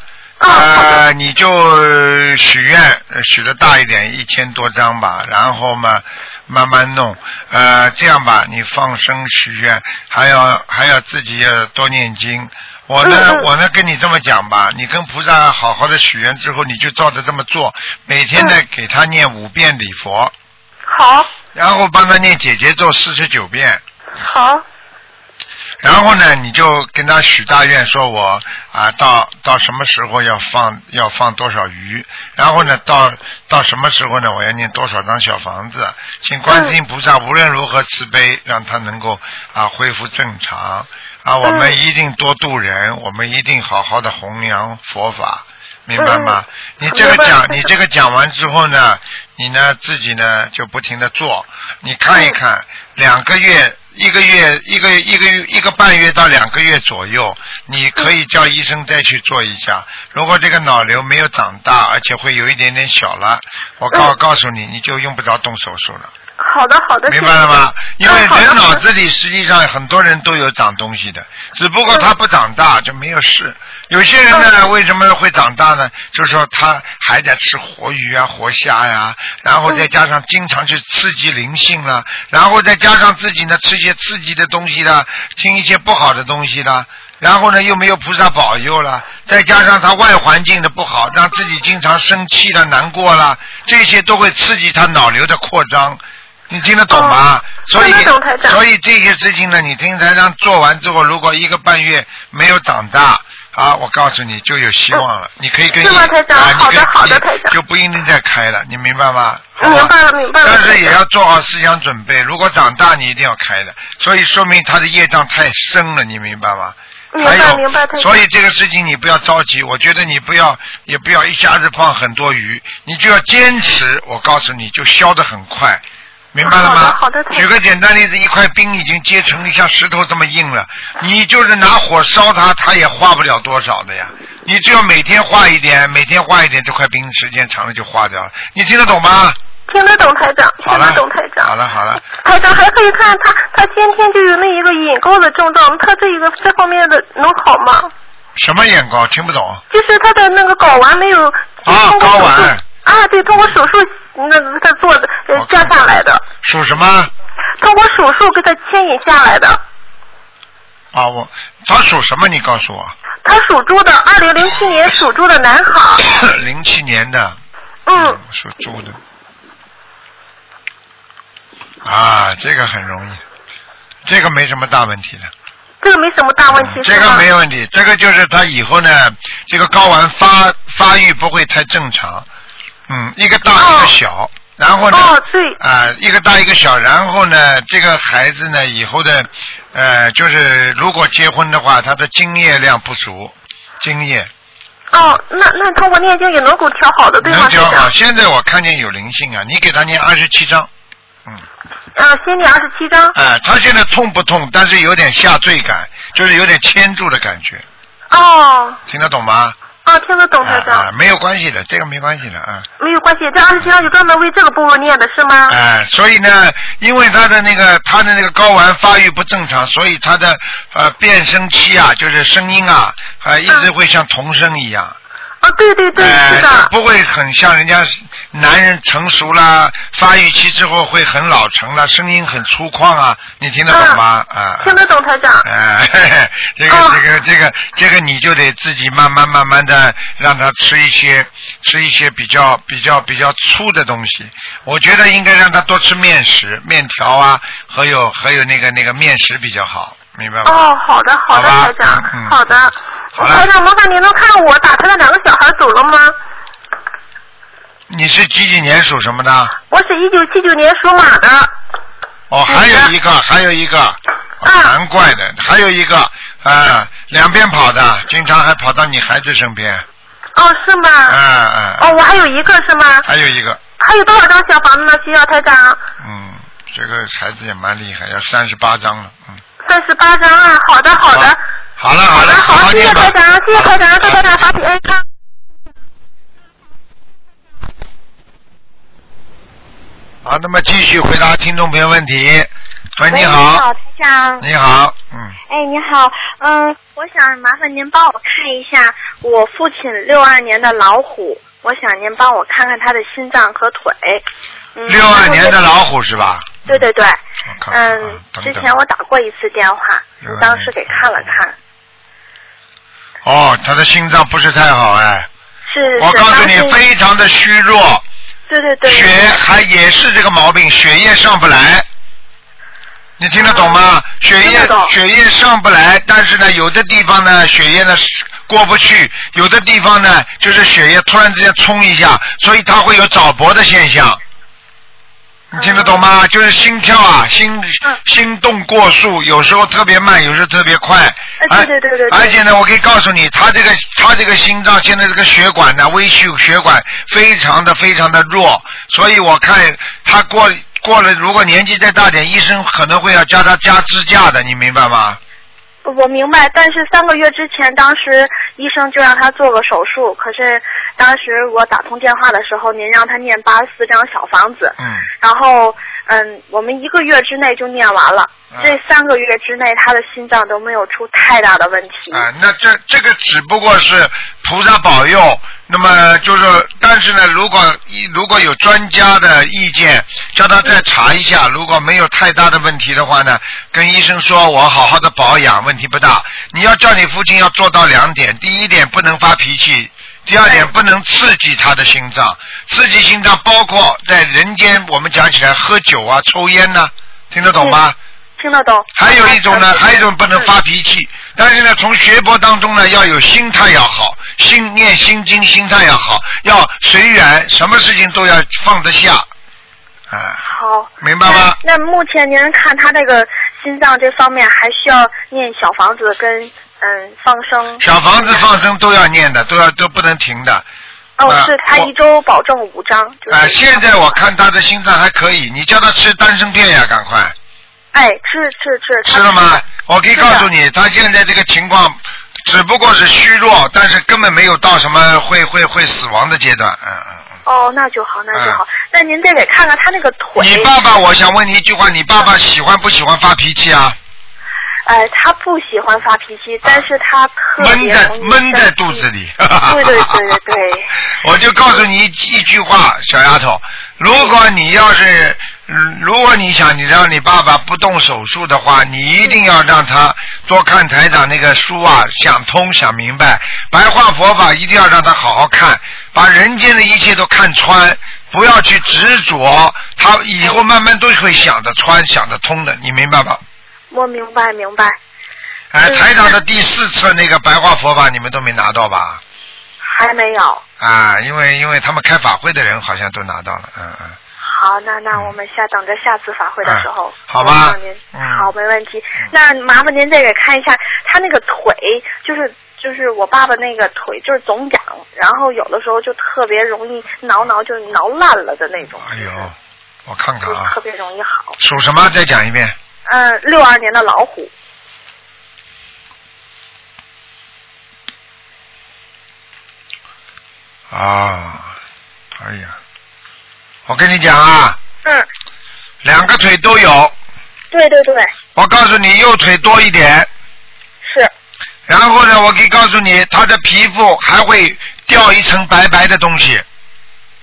S4: 好的
S1: 呃，你就呃许愿，呃许的大一点，一千多张吧，然后嘛，慢慢弄，呃，这样吧，你放生许愿，还要还要自己要多念经。我呢，
S4: 嗯嗯
S1: 我呢跟你这么讲吧，你跟菩萨好好的许愿之后，你就照着这么做，每天呢给他念五遍礼佛，
S4: 嗯好，
S1: 然后帮他念姐姐咒四十九遍，
S4: 好，
S1: 然后呢，你就跟他许大愿，说我啊，到到什么时候要放要放多少鱼，然后呢，到到什么时候呢，我要念多少张小房子，请观世音菩萨无论如何慈悲，让他能够啊恢复正常啊，我们
S4: 嗯
S1: 一定多度人，我们一定好好的弘扬佛法。明白吗？你这个
S4: 嗯明白
S1: 讲
S4: 明，白
S1: 你这个讲完之后呢，你呢自己呢就不停的做，你看一看，两个月、一个月、一个一个一个半月到两个月左右，你可以叫医生再去做一下。如果这个脑瘤没有长大，而且会有一点点小了，我告、
S4: 嗯
S1: 告诉你，你就用不着动手术了，
S4: 好的好的，
S1: 明白了吗？
S4: 谢
S1: 因
S4: 谢
S1: 为
S4: 嗯好的
S1: 人
S4: 好
S1: 脑
S4: 的
S1: 子里实际上很多人都有长东西的，只不过他
S4: 嗯
S1: 不长大就没有事。有些人呢，为什么会长大呢？就是说他还在吃活鱼啊、活虾呀、然
S4: 嗯
S1: 后再加上经常去刺激灵性啦、然后再加上自己呢吃一些刺激的东西啦，听一些不好的东西啦，然后呢又没有菩萨保佑啦，再加上他外环境的不好，让自己经常生气啦、难过啦，这些都会刺激他脑瘤的扩张。你听得懂吗？
S4: 哦
S1: 所以
S4: 听得懂台，长
S1: 所以这些事情呢，你听台长做完之后，如果一个半月没有长大，啊，我告诉你就有希望了。你可以跟
S4: 哦是吗台长
S1: 啊、你
S4: 好的
S1: 跟
S4: 好的
S1: 你
S4: 台长嗯
S1: 就不一定再开了，你明白吗？好吧
S4: 明白了明白了。
S1: 但是也要做好思想准备，如果长大你一定要开的，所以说明他的业障太深了，你明白吗？
S4: 明
S1: 还
S4: 白
S1: 有，
S4: 明白，台长。
S1: 所以这个事情你不要着急，我觉得你不要也不要一下子放很多鱼，你就要坚持。我告诉你，就消得很快，明白了吗？
S4: 好的好的太
S1: 举个简单例子，一块冰已经结成像石头这么硬了，你就是拿火烧它，它也化不了多少的呀。你只有每天化一点，每天化一点，这块冰时间长了就化掉了。你听得懂吗？
S4: 听得懂台长，
S1: 好
S4: 听
S1: 了
S4: 得懂台，
S1: 好
S4: 长。
S1: 了，好了。
S4: 台长还可以看他，他先天就有那一个隐沟的症状，他这一个这方面的能好吗？
S1: 什么眼高？听不懂。
S4: 就是他的那个睾丸没有
S1: 啊
S4: 通过
S1: 睾
S4: 手
S1: 丸
S4: 术啊，对，通过手术那他做的呃
S1: 我
S4: 摘
S1: 看看
S4: 下来的，
S1: 属什么？
S4: 通过手术给他牵引下来的。
S1: 啊，我他属什么？你告诉我。
S4: 他属猪的，二零零七年属猪的男孩，
S1: 零七年的，
S4: 嗯，
S1: 属猪的。啊，这个很容易，这个没什么大问题的。
S4: 这个没什么大问题，
S1: 这
S4: 是
S1: 个
S4: 吗
S1: 没问题，这个就是他以后呢，这个睾丸发发育不会太正常，嗯，一个大一个小，然后呢，
S4: 哦，对，
S1: 啊、一个大一个小，然后呢，这个孩子呢，以后的，呃，就是如果结婚的话，他的精液量不足，精液
S4: 哦，那那通过念经也能够调好的，对吗？
S1: 能
S4: 台
S1: 调好。
S4: 长。
S1: 现在我看见有灵性啊，你给他念二十七章，嗯，
S4: 啊，先念二十七章。
S1: 哎、他现在痛不痛？但是有点下坠感，就是有点牵住的感觉，
S4: 哦，
S1: 听得懂吗？
S4: 啊，听得懂，
S1: 啊
S4: 台长，
S1: 啊，没有关系的，这个没关系的啊。
S4: 没有关系，这二十七章就专门为这个部分念的是吗？
S1: 哎、所以呢，因为他的那个他的那个睾丸发育不正常，所以他的呃变声期啊，就是声音啊，呃一直会像童声一样，
S4: 啊，嗯对对对，
S1: 哎、
S4: 是
S1: 就
S4: 的。
S1: 不会很像人家男人成熟啦，发育期之后会很老成啦，声音很粗犷啊，你听得懂吗？啊、
S4: 嗯听得懂，台长。
S1: 哎，嘿嘿这个
S4: 哦
S1: 这个这个这个，你就得自己慢慢慢慢的让他吃一些吃一些比较比较比较粗的东西。我觉得应该让他多吃面食、面条啊，还有还有那个那个面食比较好，明白吗？
S4: 哦，好的，好的，
S1: 好吧
S4: 台长
S1: 嗯嗯，
S4: 好的。
S1: 好了
S4: 台长，麻烦您能看我打胎的两个小孩走了吗？
S1: 你是几几年属什么的？
S4: 我是一九七九年属马的。
S1: 哦，
S4: 是的
S1: 还有一个，还有一个，哦
S4: 哎啊
S1: 难怪的，还有一个啊、两边跑的，经常还跑到你孩子身边，
S4: 哦，是吗？
S1: 啊啊，
S4: 哦，我还有一个是吗？
S1: 还有一个，
S4: 还有多少张小房子呢？需要台长？
S1: 嗯，这个孩子也蛮厉害，要三十八张了，嗯。
S4: 三十八张啊，好的，好的。
S1: 好了
S4: 好
S1: 了，好
S4: 好，
S1: 好
S4: 谢
S1: 念
S4: 谢
S1: 吧啊
S4: 台长，谢谢台长，祝台长法体安康。
S1: 好，那么继续回答听众朋友问题。喂，
S5: 喂，
S1: 你
S5: 你
S1: 好，
S5: 台长。
S1: 你好，嗯，
S5: 哎，你好，嗯，我想麻烦您帮我看一下我父亲六二年的老虎，我想您帮我看看他的心脏和腿。嗯，
S1: 六二年的老虎是吧？
S5: 对对对，
S1: 我看看
S5: 嗯
S1: 啊，，等
S5: 之
S1: 等
S5: 前。我打过一次电话，您
S1: 62
S5: 当时给看了看，
S1: 哦，他的心脏不是太好哎，
S5: 是
S1: 我
S5: 是
S1: 告
S5: 当
S1: 诉
S5: 时
S1: 你，非常的虚弱，
S5: 对对对，
S1: 血还也是这个毛病，血液上不来。你听得懂吗？血液
S5: 哦听得懂
S1: 血液上不来，但是呢，有的地方呢血液呢是过不去，有的地方呢就是血液突然之间冲一下，所以它会有早搏的现象。你听得懂吗？就是心跳啊，心
S5: 嗯
S1: 心动过速，有时候特别慢，有时候特别快。啊哎
S5: 呃对对对对对
S1: 而且呢，我可以告诉你，他这个他这个心脏现在这个血管呢，微血血管非常的非常的弱，所以我看他过过了，如果年纪再大点，医生可能会要叫他加支架的，你明白吗？
S5: 我明白，但是三个月之前，当时医生就让他做个手术，可是当时我打通电话的时候，您让他念八十四张小房子，
S1: 嗯，
S5: 然后嗯，我们一个月之内就念完了，
S1: 嗯
S5: 这三个月之内他的心脏都没有出太大的问题。
S1: 啊，那这这个只不过是菩萨保佑，那么就是，但是呢，如果一如果有专家的意见，叫他再查一下，如果没有太大的问题的话呢，跟医生说我好好的保养，问题不大。你要叫你父亲要做到两点，第一点不能发脾气。第二点，不能刺激他的心脏，刺激心脏包括在人间，我们讲起来喝酒啊、抽烟呐、听得懂吗？
S5: 听得懂？
S1: 还有一种呢，
S5: 嗯
S1: 还有一种不能发脾气，但是呢，从学佛当中呢，要有心态要好，心念心经心态要好，要随缘，什么事情都要放得下，啊，
S5: 好。
S1: 明白吗？
S5: 那那目前您看他这个心脏这方面还需要念小房子跟嗯放生
S1: 小房子放生都要念的，都要都不能停的。
S5: 哦，
S1: 啊
S5: 是他
S1: 我
S5: 一周保证五张。就是
S1: 啊、现在我看他的心脏还可以，你叫他吃丹参片呀，赶快
S5: 哎，是是是，他
S1: 吃了吗？我可以
S5: 是的
S1: 告诉你，他现在这个情况只不过是虚弱，但是根本没有到什么会会会死亡的阶段，嗯嗯嗯。
S5: 哦，那就好，那就好。那您得给看看他那个
S1: 啊
S5: 腿。
S1: 你爸爸，我想问你一句话，你爸爸喜欢不喜欢发脾气啊？
S5: 呃，他不喜欢发脾气，但是他特
S1: 闷
S5: 别
S1: 在
S5: 容易
S1: 闷在
S5: 生
S1: 肚
S5: 气
S1: 子。 里。
S5: 对对对对对。
S1: 我就告诉你一一句话，小丫头，如果你要是，嗯如果你想你让你爸爸不动手术的话，你一定要让他多看台长那个书啊，想通想明白，白话佛法一定要让他好好看，把人间的一切都看穿，不要去执着，他以后慢慢都会想得穿、想得通的，你明白吗？
S5: 我明白明白。
S1: 哎，台长的第四册那个白话佛法你们都没拿到吧？
S5: 还没有。
S1: 啊，因为因为他们开法会的人好像都拿到了，嗯嗯。
S5: 好，那那我们下等着下次法会的时候，
S1: 啊好吧
S5: 我让您
S1: 嗯
S5: 好，没问题。那麻烦您再给看一下他那个腿，就是就是我爸爸那个腿，就是总痒，然后有的时候就特别容易挠挠，就挠烂了的那种，
S1: 哎呦，我看看
S5: 就
S1: 啊
S5: 特，别容易好。
S1: 属什么？再讲一遍。
S5: 嗯，六二年的老虎，
S1: 啊，哎呀，我跟你讲啊，
S5: 嗯，
S1: 两个腿都有。
S5: 对对对，
S1: 我告诉你，右腿多一点。
S5: 是，
S1: 然后呢，我可以告诉你，他的皮肤还会掉一层白白的东西。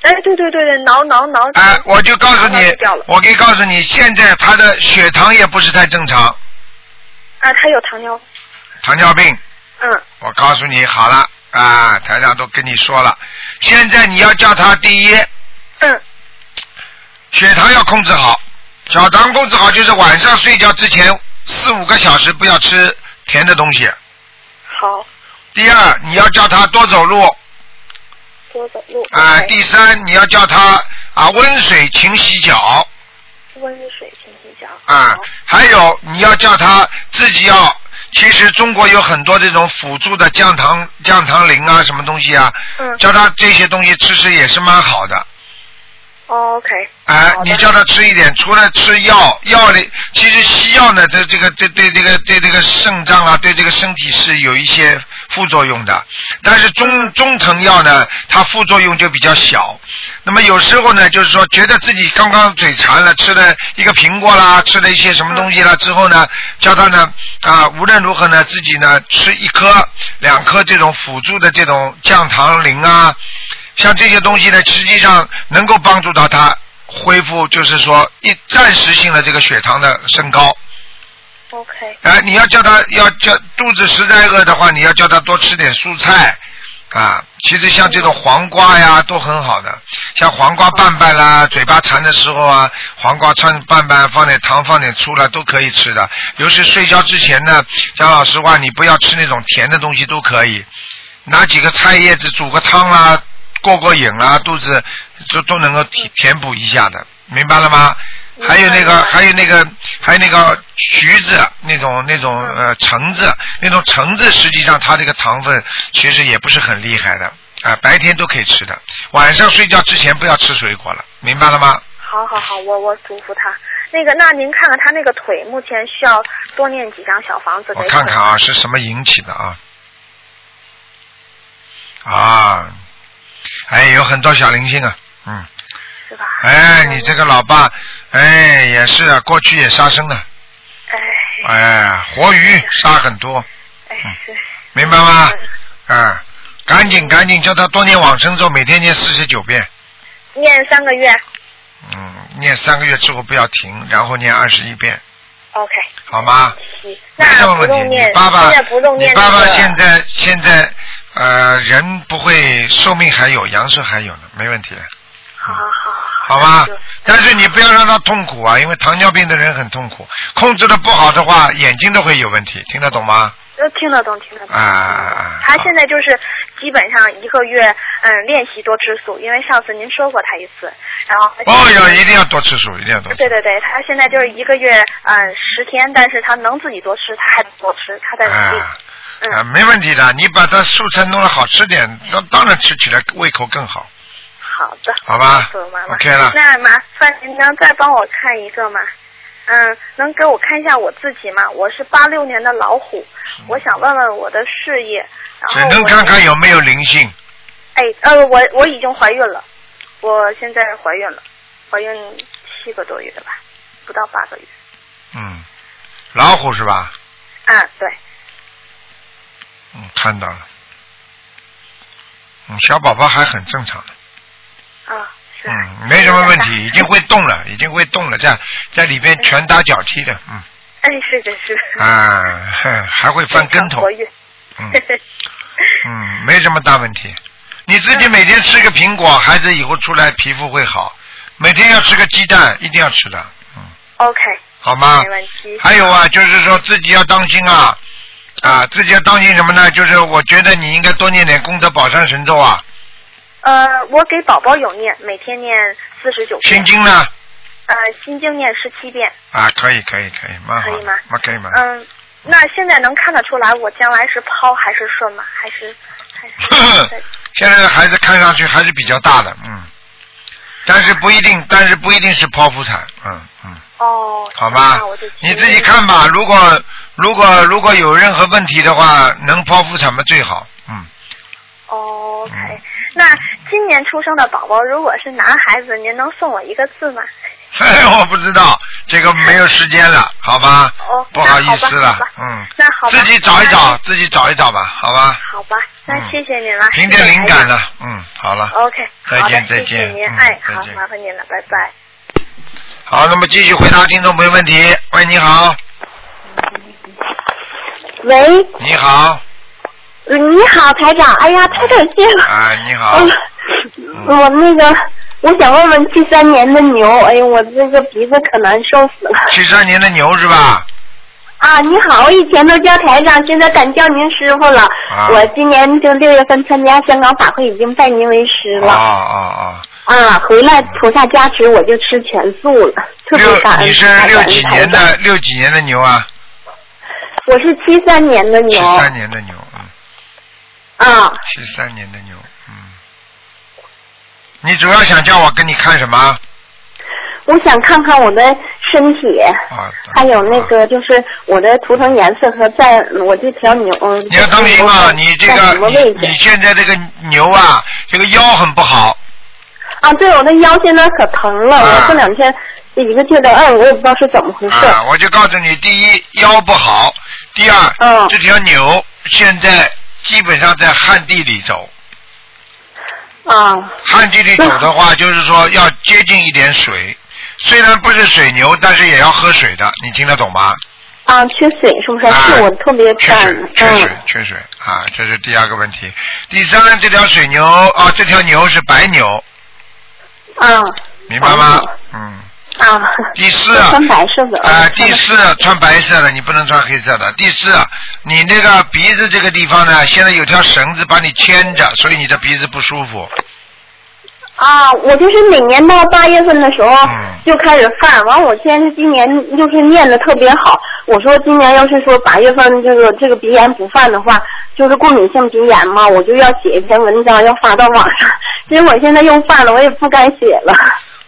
S5: 哎，对对对对，挠挠挠，
S1: 哎，我就告诉你
S5: 然后就啊掉了，
S1: 我可以告诉你，现在他的血糖也不是太正常，
S5: 啊，他有糖尿，
S1: 糖尿病。
S5: 嗯，
S1: 我告诉你好了啊，台上都跟你说了，现在你要叫他第一，
S5: 嗯，
S1: 血糖要控制好，血糖控制好就是晚上睡觉之前四五个小时不要吃甜的东西。
S5: 好，
S1: 第二，你要叫他多走路
S5: 多走路，
S1: 啊。
S5: 对
S1: 第三，你要叫他啊温水勤洗脚
S5: 温水勤洗脚，
S1: 啊
S5: 好。
S1: 还有，你要叫他自己要。其实中国有很多这种辅助的降糖降糖灵啊，什么东西啊，
S5: 嗯
S1: 叫他这些东西吃吃也是蛮好的。
S5: 哦，OK，
S1: 哎，
S5: 好的
S1: 你叫他吃一点，除了吃药，药里其实西药呢，这这个对对这个对这个肾脏啊，对这个身体是有一些副作用的。但是
S5: 嗯
S1: 中中成药呢，它副作用就比较小。那么有时候呢，就是说觉得自己刚刚嘴馋了，吃了一个苹果啦，吃了一些什么东西
S5: 嗯
S1: 啦之后呢，叫他呢啊，无论如何呢，自己呢吃一颗、两颗这种辅助的这种降糖灵啊，像这些东西呢，实际上能够帮助到他恢复，就是说一暂时性的这个血糖的升高。
S5: OK，
S1: 哎，你要叫他要叫肚子实在饿的话，你要叫他多吃点蔬菜啊。其实像这种黄瓜呀，都很好的，像黄瓜拌拌啦，嘴巴馋的时候啊，黄瓜串拌拌，放点糖，放点醋啦，都可以吃的。尤其睡觉之前呢，讲老实话，你不要吃那种甜的东西都可以，拿几个菜叶子煮个汤啦，过过瘾啦，肚子都都能够填填补一下的，明白了吗？
S5: 明白
S1: 还有那个，
S5: 明白
S1: 还有那个，还有那个橘子那种那种呃橙子，那种橙子实际上它这个糖分其实也不是很厉害的啊、白天都可以吃的，晚上睡觉之前不要吃水果了，明白了吗？
S5: 好好好，我我嘱咐他。那个，那您看看他那个腿，目前需要多念几张小房子给
S1: 我
S5: 腿
S1: 看看啊，是什么引起的啊？啊，哎，有很多小灵性啊，嗯，
S5: 是吧？
S1: 哎，你这个老爸，哎，也是啊，过去也杀生的，
S5: 哎
S1: 哎，活鱼杀很多，嗯
S5: 哎是
S1: 明白吗？啊，赶紧赶紧叫他多念往生咒，每天念四十九遍，
S5: 念三个月
S1: 嗯，念三个月之后不要停，然后念二十一遍，
S5: ，OK。
S1: 好吗？
S5: 行
S1: 没什么
S5: 那不
S1: 问题。
S5: 用
S1: 你
S5: 念，
S1: 爸爸，
S5: 现在不用念
S1: 你爸
S5: 那
S1: 爸
S5: 个
S1: 现在现在呃人不会，寿命还有，阳寿还有呢，没问题，
S5: 好好好好
S1: 好吧
S5: 那就？
S1: 但是你不要让他痛苦啊，因为糖尿病的人很痛苦，控制的不好的话，眼睛都会有问题，听得懂吗？
S5: 都呃听得懂，听得懂。
S1: 啊啊啊
S5: 他现在就是基本上一个月，嗯，练习多吃素，因为上次您说过他一次，然后他
S1: 哦哟，一定要多吃素，一定要多吃。
S5: 对对对，他现在就是一个月，嗯，十天，但是他能自己多吃，他还不多吃，他在努力。
S1: 啊
S5: 嗯
S1: 啊，没问题的，你把它素菜弄得好吃点，那当然吃起来胃口更好，
S5: 好的，
S1: 好吧
S5: 告诉妈妈
S1: ？OK 了。
S5: 那麻烦您能再帮我看一个吗？嗯，能给我看一下我自己吗？我是八六年的老虎，我想问问我的事业，
S1: 只
S5: 然后
S1: 能
S5: 哦我
S1: 看看有没有灵性。
S5: 哎，呃，我我已经怀孕了，我现在怀孕了，怀孕七个多月吧，不到八个月。
S1: 嗯，老虎是吧？
S5: 啊，对，
S1: 嗯，看到了。嗯，小宝宝还很正常的，
S5: 啊，是。
S1: 嗯，没什么问题，已经
S5: 有点
S1: 会动了，已经会动了，在在里边拳打脚踢的，嗯，
S5: 大。哎，是的，是的。
S1: 啊， 哼还会翻跟头
S5: 活，跃。
S1: 嗯 嗯，没什么大问题。你自
S5: 嗯
S1: 己每天吃个苹果，孩子以后出来皮肤会好。每天要吃个鸡蛋，一定要吃的，嗯，
S5: OK，
S1: 好吗
S5: 没？问题。
S1: 还有啊，就是说自己要当心啊，啊，自己要当心什么呢？就是我觉得你应该多念点功德宝山神咒啊，
S5: 呃，我给宝宝有念，每天念四十九遍
S1: 心。经呢
S5: 呃，心经念十七遍。
S1: 啊，可以可以可以，蛮好
S5: 可以吗
S1: 的，蛮可以蛮。
S5: 嗯，那现在能看得出来我将来是抛还是顺吗？还是还 是？
S1: 现在的孩子看上去还是比较大的，嗯，但是不一定，但是不一定是剖腹产，嗯嗯，
S5: 嗯哦，
S1: 好吧
S5: 那我就，
S1: 你自己看吧。如果如果如果有任何问题的话，能剖腹产嘛最好， 嗯，
S5: 哦，OK，那今年出生的宝宝如果是男孩子，您能送我一个字吗？
S1: 我不知道，这个没有时间了，好吧，
S5: 哦，
S1: 不好意思
S5: 那
S1: 了
S5: 好吧，好吧
S1: 嗯，
S5: 那好吧，
S1: 自己找一找
S5: 那。，
S1: 自己找一找吧，好吧，
S5: 好吧，那
S1: 嗯
S5: 谢谢您了，
S1: 凭点灵感
S5: 了。
S1: 了，嗯，好了。
S5: OK，
S1: 再
S5: 好的
S1: 见再
S5: 谢谢
S1: 见
S5: 您，
S1: 嗯
S5: 哎，
S1: 再
S5: 好，
S1: 见
S5: 麻烦您了，拜拜。
S1: 好，那么继续回答听众朋友问题。喂，你好，
S6: 喂，
S1: 你好，
S6: 你好，台长，哎呀，太感谢了。
S1: 啊，你好，
S6: 嗯， 我那个，我想问问七三年的牛，哎呦，我这个鼻子可难受死了。
S1: 七三年的牛是吧？
S6: 啊，你好，我以前都叫台长，现在敢叫您师傅了。
S1: 啊
S6: 我今年就六月份参加香港法会，已经拜您为师
S1: 哦
S6: 了。
S1: 哦
S6: 啊，回来菩萨加持，我就吃全素了，
S1: 哦，
S6: 特别
S1: 六，
S6: 感恩。
S1: 你是
S6: 感
S1: 六
S6: 恩
S1: 几
S6: 台
S1: 年
S6: 长？
S1: 的六几年的牛啊？
S6: 我是七三年的
S1: 七
S6: 牛。
S1: 三年的牛，嗯，
S6: 啊，
S1: 七三年的牛，嗯。你主要想叫我跟你看什么？
S6: 我想看看我的身体。
S1: 啊，
S6: 还有那个就是我的图腾颜色和在我这条牛，嗯
S1: 你要当心啊！你这
S6: 在什么
S1: 个
S6: 位
S1: 你你
S6: 置
S1: 现在这个牛啊，这个腰很不好，
S6: 啊？对，我的腰现在可疼了，
S1: 啊
S6: 我这两天一个劲儿的按，我也不知道是怎么回事。
S1: 啊，我就告诉你，第一腰不好，第二、
S6: 嗯
S1: 这条牛现在基本上在旱地里走，
S6: 啊
S1: 旱地里走的话，就是说要接近一点水，虽然不是水牛，但是也要喝水的，你听得懂吗？
S6: 啊，缺水是不是？
S1: 啊
S6: 是我特别
S1: 缺
S6: 干
S1: 水，，缺水
S6: 嗯，
S1: 缺水啊，这是第二个问题。第三，这条水牛啊，这条牛是白牛，
S6: 啊
S1: 明白吗
S6: 白牛？
S1: 嗯。
S6: 啊，
S1: 第四，
S6: 穿白色的
S1: 啊、
S6: 嗯
S1: 第四穿白色的，你不能穿黑色的。第四，你那个鼻子这个地方呢，现在有条绳子把你牵着，所以你的鼻子不舒服。
S6: 啊，我就是每年到八月份的时候
S1: 嗯
S6: 就开始犯，完我现在是今年就是念的特别好，我说今年要是说八月份这个这个鼻炎不犯的话，就是过敏性鼻炎嘛，我就要写一篇文章要发到网上，结果现在又犯了，我也不敢写了。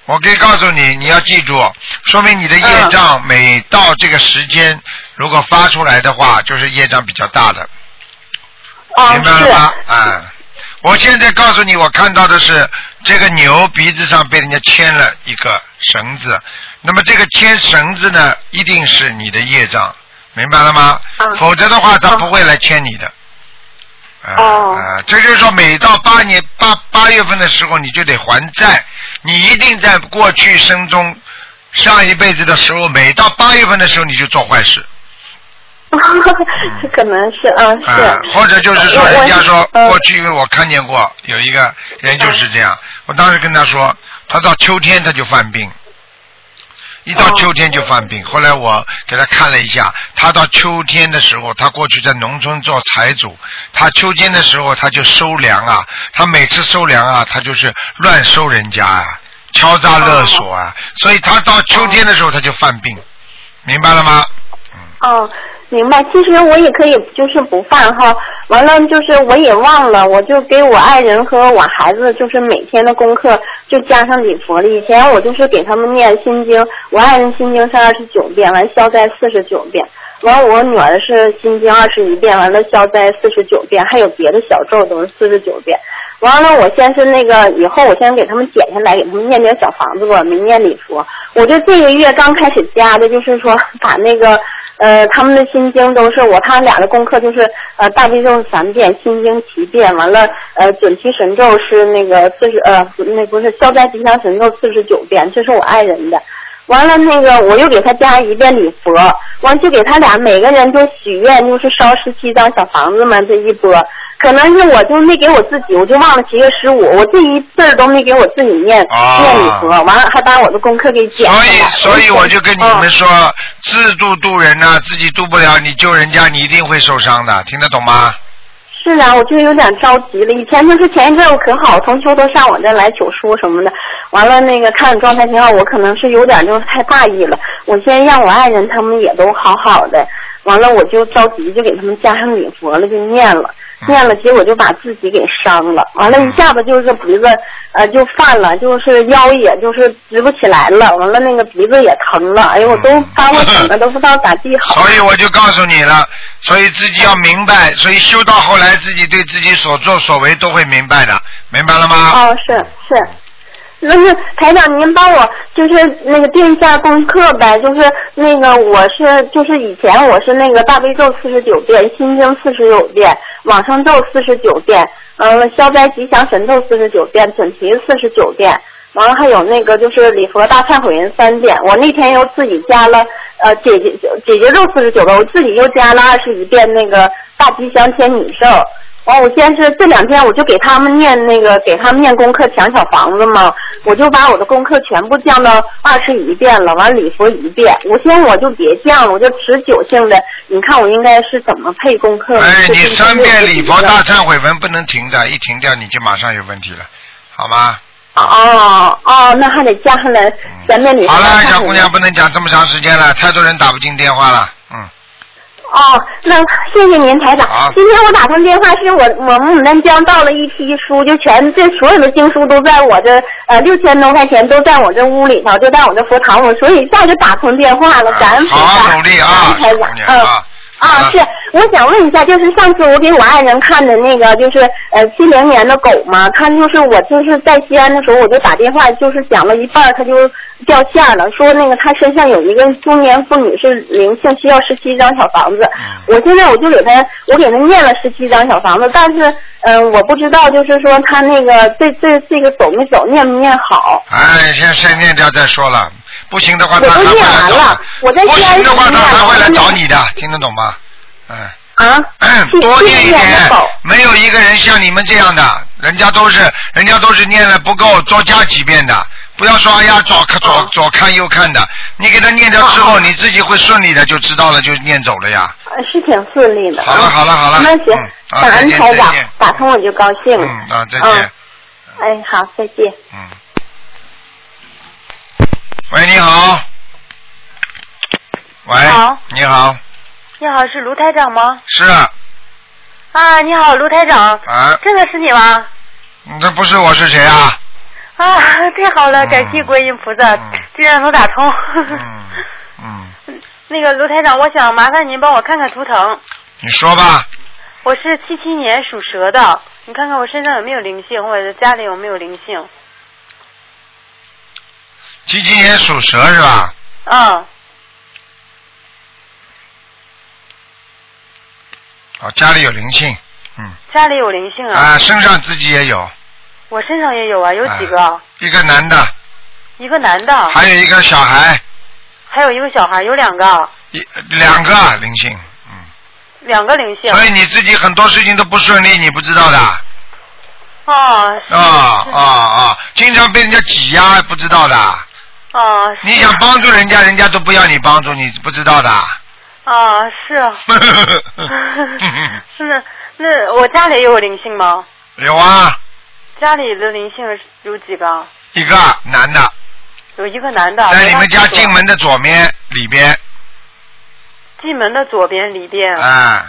S1: 我可以告诉你，你要记住，说明你的
S6: 嗯
S1: 业障每到这个时间，如果发出来的话，就是业障比较大的，
S4: 哦
S6: 啊
S1: 明，白
S6: 是
S1: 了吗？啊、我现在告诉你，我看到的是这个牛鼻子上被人家牵了一个绳子，那么这个牵绳子呢，一定是你的业障，明白了吗？
S6: 嗯
S1: 否则的话，他
S6: 嗯
S1: 不会来牵你的。啊、
S6: 哦
S1: 啊这就是说，每到八年八八月份的时候，你就得还债。你一定在过去生中，上一辈子的时候，每到八月份的时候，你就做坏事。
S6: 可能是啊，是。呃
S1: 啊，或者就是说，
S6: 我
S1: 人家说
S6: 我
S1: 过去我看见过有一个人就是这
S6: 嗯
S1: 样，我当时跟他说，他到秋天他就犯病，一到秋天就犯
S6: 哦
S1: 病。后来我给他看了一下，他到秋天的时候，他过去在农村做财主，他秋天的时候他就收粮啊，他每次收粮啊，他就是乱收人家啊，敲诈勒索啊，
S6: 哦
S1: 所以他到秋天的时候他就犯病，明白了吗？
S6: 哦，明白。其实我也可以，就是不犯哈。完了，就是我也忘了，我就给我爱人和我孩子，就是每天的功课就加上礼佛了。以前我就是给他们念心经，我爱人心经是二十九遍，完消灾四十九遍。完，我女儿是心经二十一遍，完了消灾四十九遍，还有别的小咒都是四十九遍。完了，我先是那个，以后我先给他们减下来，给他们念点小房子吧，没念礼佛。我就这个月刚开始加的，就是说把那个呃他们的心经都是我他俩的功课，就是呃大悲咒三遍，心经七遍，完了呃准提神咒是那个四十呃不那不是消灾吉祥神咒四十九遍，这是我爱人的。完了，那个我又给他加一遍礼佛，完就给他俩每个人就许愿，就是烧十七张小房子嘛，这一波。可能是我就没给我自己，我就忘了七月十五，我这一字儿都没给我自己念、
S1: 啊
S6: 念礼佛，完了还把我的功课给减
S1: 所
S6: 了
S1: 以，所以我就跟你们说，自度度人呐、自己度不了，你救人家，你一定会受伤的，听得懂吗？
S6: 是啊，我就有点着急了。以前就是前一阵我可好，同学都上我这来求书什么的，完了那个看你状态挺好，我可能是有点就是太大意了。我先让我爱人他们也都好好的，完了我就着急就给他们加上礼佛了，就念了。念了，结果就把自己给伤了，完了，一下子就是鼻子，呃，就犯了，就是腰也就是直不起来了，完了那个鼻子也疼了，哎呦，我都翻过整个都不知道咋地好。
S1: 所以我就告诉你了，所以自己要明白，所以修到后来，自己对自己所作所为都会明白的，明白了吗？
S6: 哦，是是。那是台长，您帮我就是那个定一下功课呗，就是那个我是就是以前我是那个大悲咒四十九遍，心经四十九遍，往生咒四十九遍，嗯，消灾吉祥神咒四十九遍，准提四十九遍，完了还有那个就是礼佛大忏悔文三遍。我那天又自己加了呃姐姐姐姐咒四十九遍，我自己又加了二十一遍那个大吉祥天女咒。完，我先是这两天我就给他们念那个，给他们念功课抢小房子嘛，我就把我的功课全部降到二十一遍了，完礼佛一遍。我先我就别降了，我就持久性的，你看我应该是怎么配功课？
S1: 哎，你三遍礼佛大
S6: 忏。
S1: 忏悔文不能停的，一停掉你就马上有问题了，好吗？
S6: 哦哦，那还得加上来三遍礼佛
S1: 好
S6: 大
S1: 了，
S6: 忏
S1: 小
S6: 悔
S1: 姑
S6: 文
S1: 娘不能讲这么长时间了，太多人打不进电话了，嗯。
S6: 哦，那谢谢您台长
S1: 好。
S6: 今天我打通电话是我我们牡丹江到了一批书，就全这所有的经书都在我这呃六千多块钱都在我这屋里头，就在我这佛堂，我所以一下就打通电话了，感恩菩
S1: 好
S6: 萨，
S1: 好努力啊，
S6: 感
S1: 小
S6: 恩
S1: 姑
S6: 台
S1: 娘
S6: 长，嗯。
S1: 啊。
S6: 啊，是，我想问一下，就是上次我给我爱人看的那个，就是呃七零年的狗嘛，他就是我就是在西安的时候，我就打电话，就是讲了一半儿，他就掉线儿了，说那个他身上有一个中年妇女是灵性，需要十七张小房子。
S1: 嗯
S6: 我现在我就给他，我给他念了十七张小房子，但是嗯、呃我不知道就是说他那个这这这个走没走，念没念好。
S1: 哎，先先念掉再说了，不行的话
S6: 我
S1: 他还
S6: 都
S1: 会
S6: 念
S1: 来
S6: 完
S1: 找
S6: 了，我在
S1: 不
S6: 西安
S1: 行的话他还会来找
S6: 念
S1: 你的，听得懂吗？嗯。
S6: 啊，七
S1: 多
S6: 七
S1: 念一
S6: 零年的
S1: 点
S6: 狗。，
S1: 没有一个人像你们这样的，人家都是人家都是念了不够，多加几遍的。不要说哎呀左看左左看右看的，你给他念掉之后，你自己会顺利的就知道了，就念走了呀。
S6: 呃是挺顺利的。
S1: 好了好了好了，
S6: 那行
S1: 嗯，啊
S6: 感恩
S1: 再见
S6: 台
S1: 再
S6: 长
S1: 见，
S6: 打通我就高兴了。
S1: 嗯啊再
S7: 哦
S1: 见，
S6: 哎，好，再见。
S1: 嗯。喂，你好。喂，
S8: 好
S1: 你好，
S8: 你好，是卢台长吗？
S1: 是啊，
S8: 啊，你好，卢台长，
S1: 啊
S8: 真的是你吗？
S1: 你这不是我是谁啊？
S8: 啊，太好了，
S1: 嗯
S8: 感谢观音菩萨
S1: 嗯，
S8: 竟然能打通。
S1: 嗯嗯，
S8: 那个卢台长，我想麻烦您帮我看看图腾，
S1: 你说吧，
S8: 我是七七年属蛇的，你看看我身上有没有灵性，或者家里有没有灵性？
S1: 七七年属蛇是吧？
S8: 嗯，
S1: 哦，家里有灵性，嗯，
S8: 家里有灵性啊，
S1: 啊，身上自己也有，
S8: 我身上也有啊，有几个？
S1: 啊一个男的，
S8: 一个男的，
S1: 还有一个小孩，
S8: 还有一个小孩，有两个，
S1: 一两个灵性，嗯，
S8: 两个灵性。
S1: 所以你自己很多事情都不顺利，你不知道的，啊
S8: 哦是
S1: 啊啊，经常被人家挤压，不知道的，
S8: 哦是
S1: 你想帮助人家，人家都不要你帮助，你不知道的，
S8: 哦是啊。是，那我家里有灵性吗？
S1: 有啊，
S8: 家里的灵性有几个？
S1: 一个男的，
S8: 有一个男的，
S1: 在你
S8: 我
S1: 们
S8: 家
S1: 家
S8: 厕所
S1: 进门的左面里边，
S8: 进门的左边里边，
S1: 啊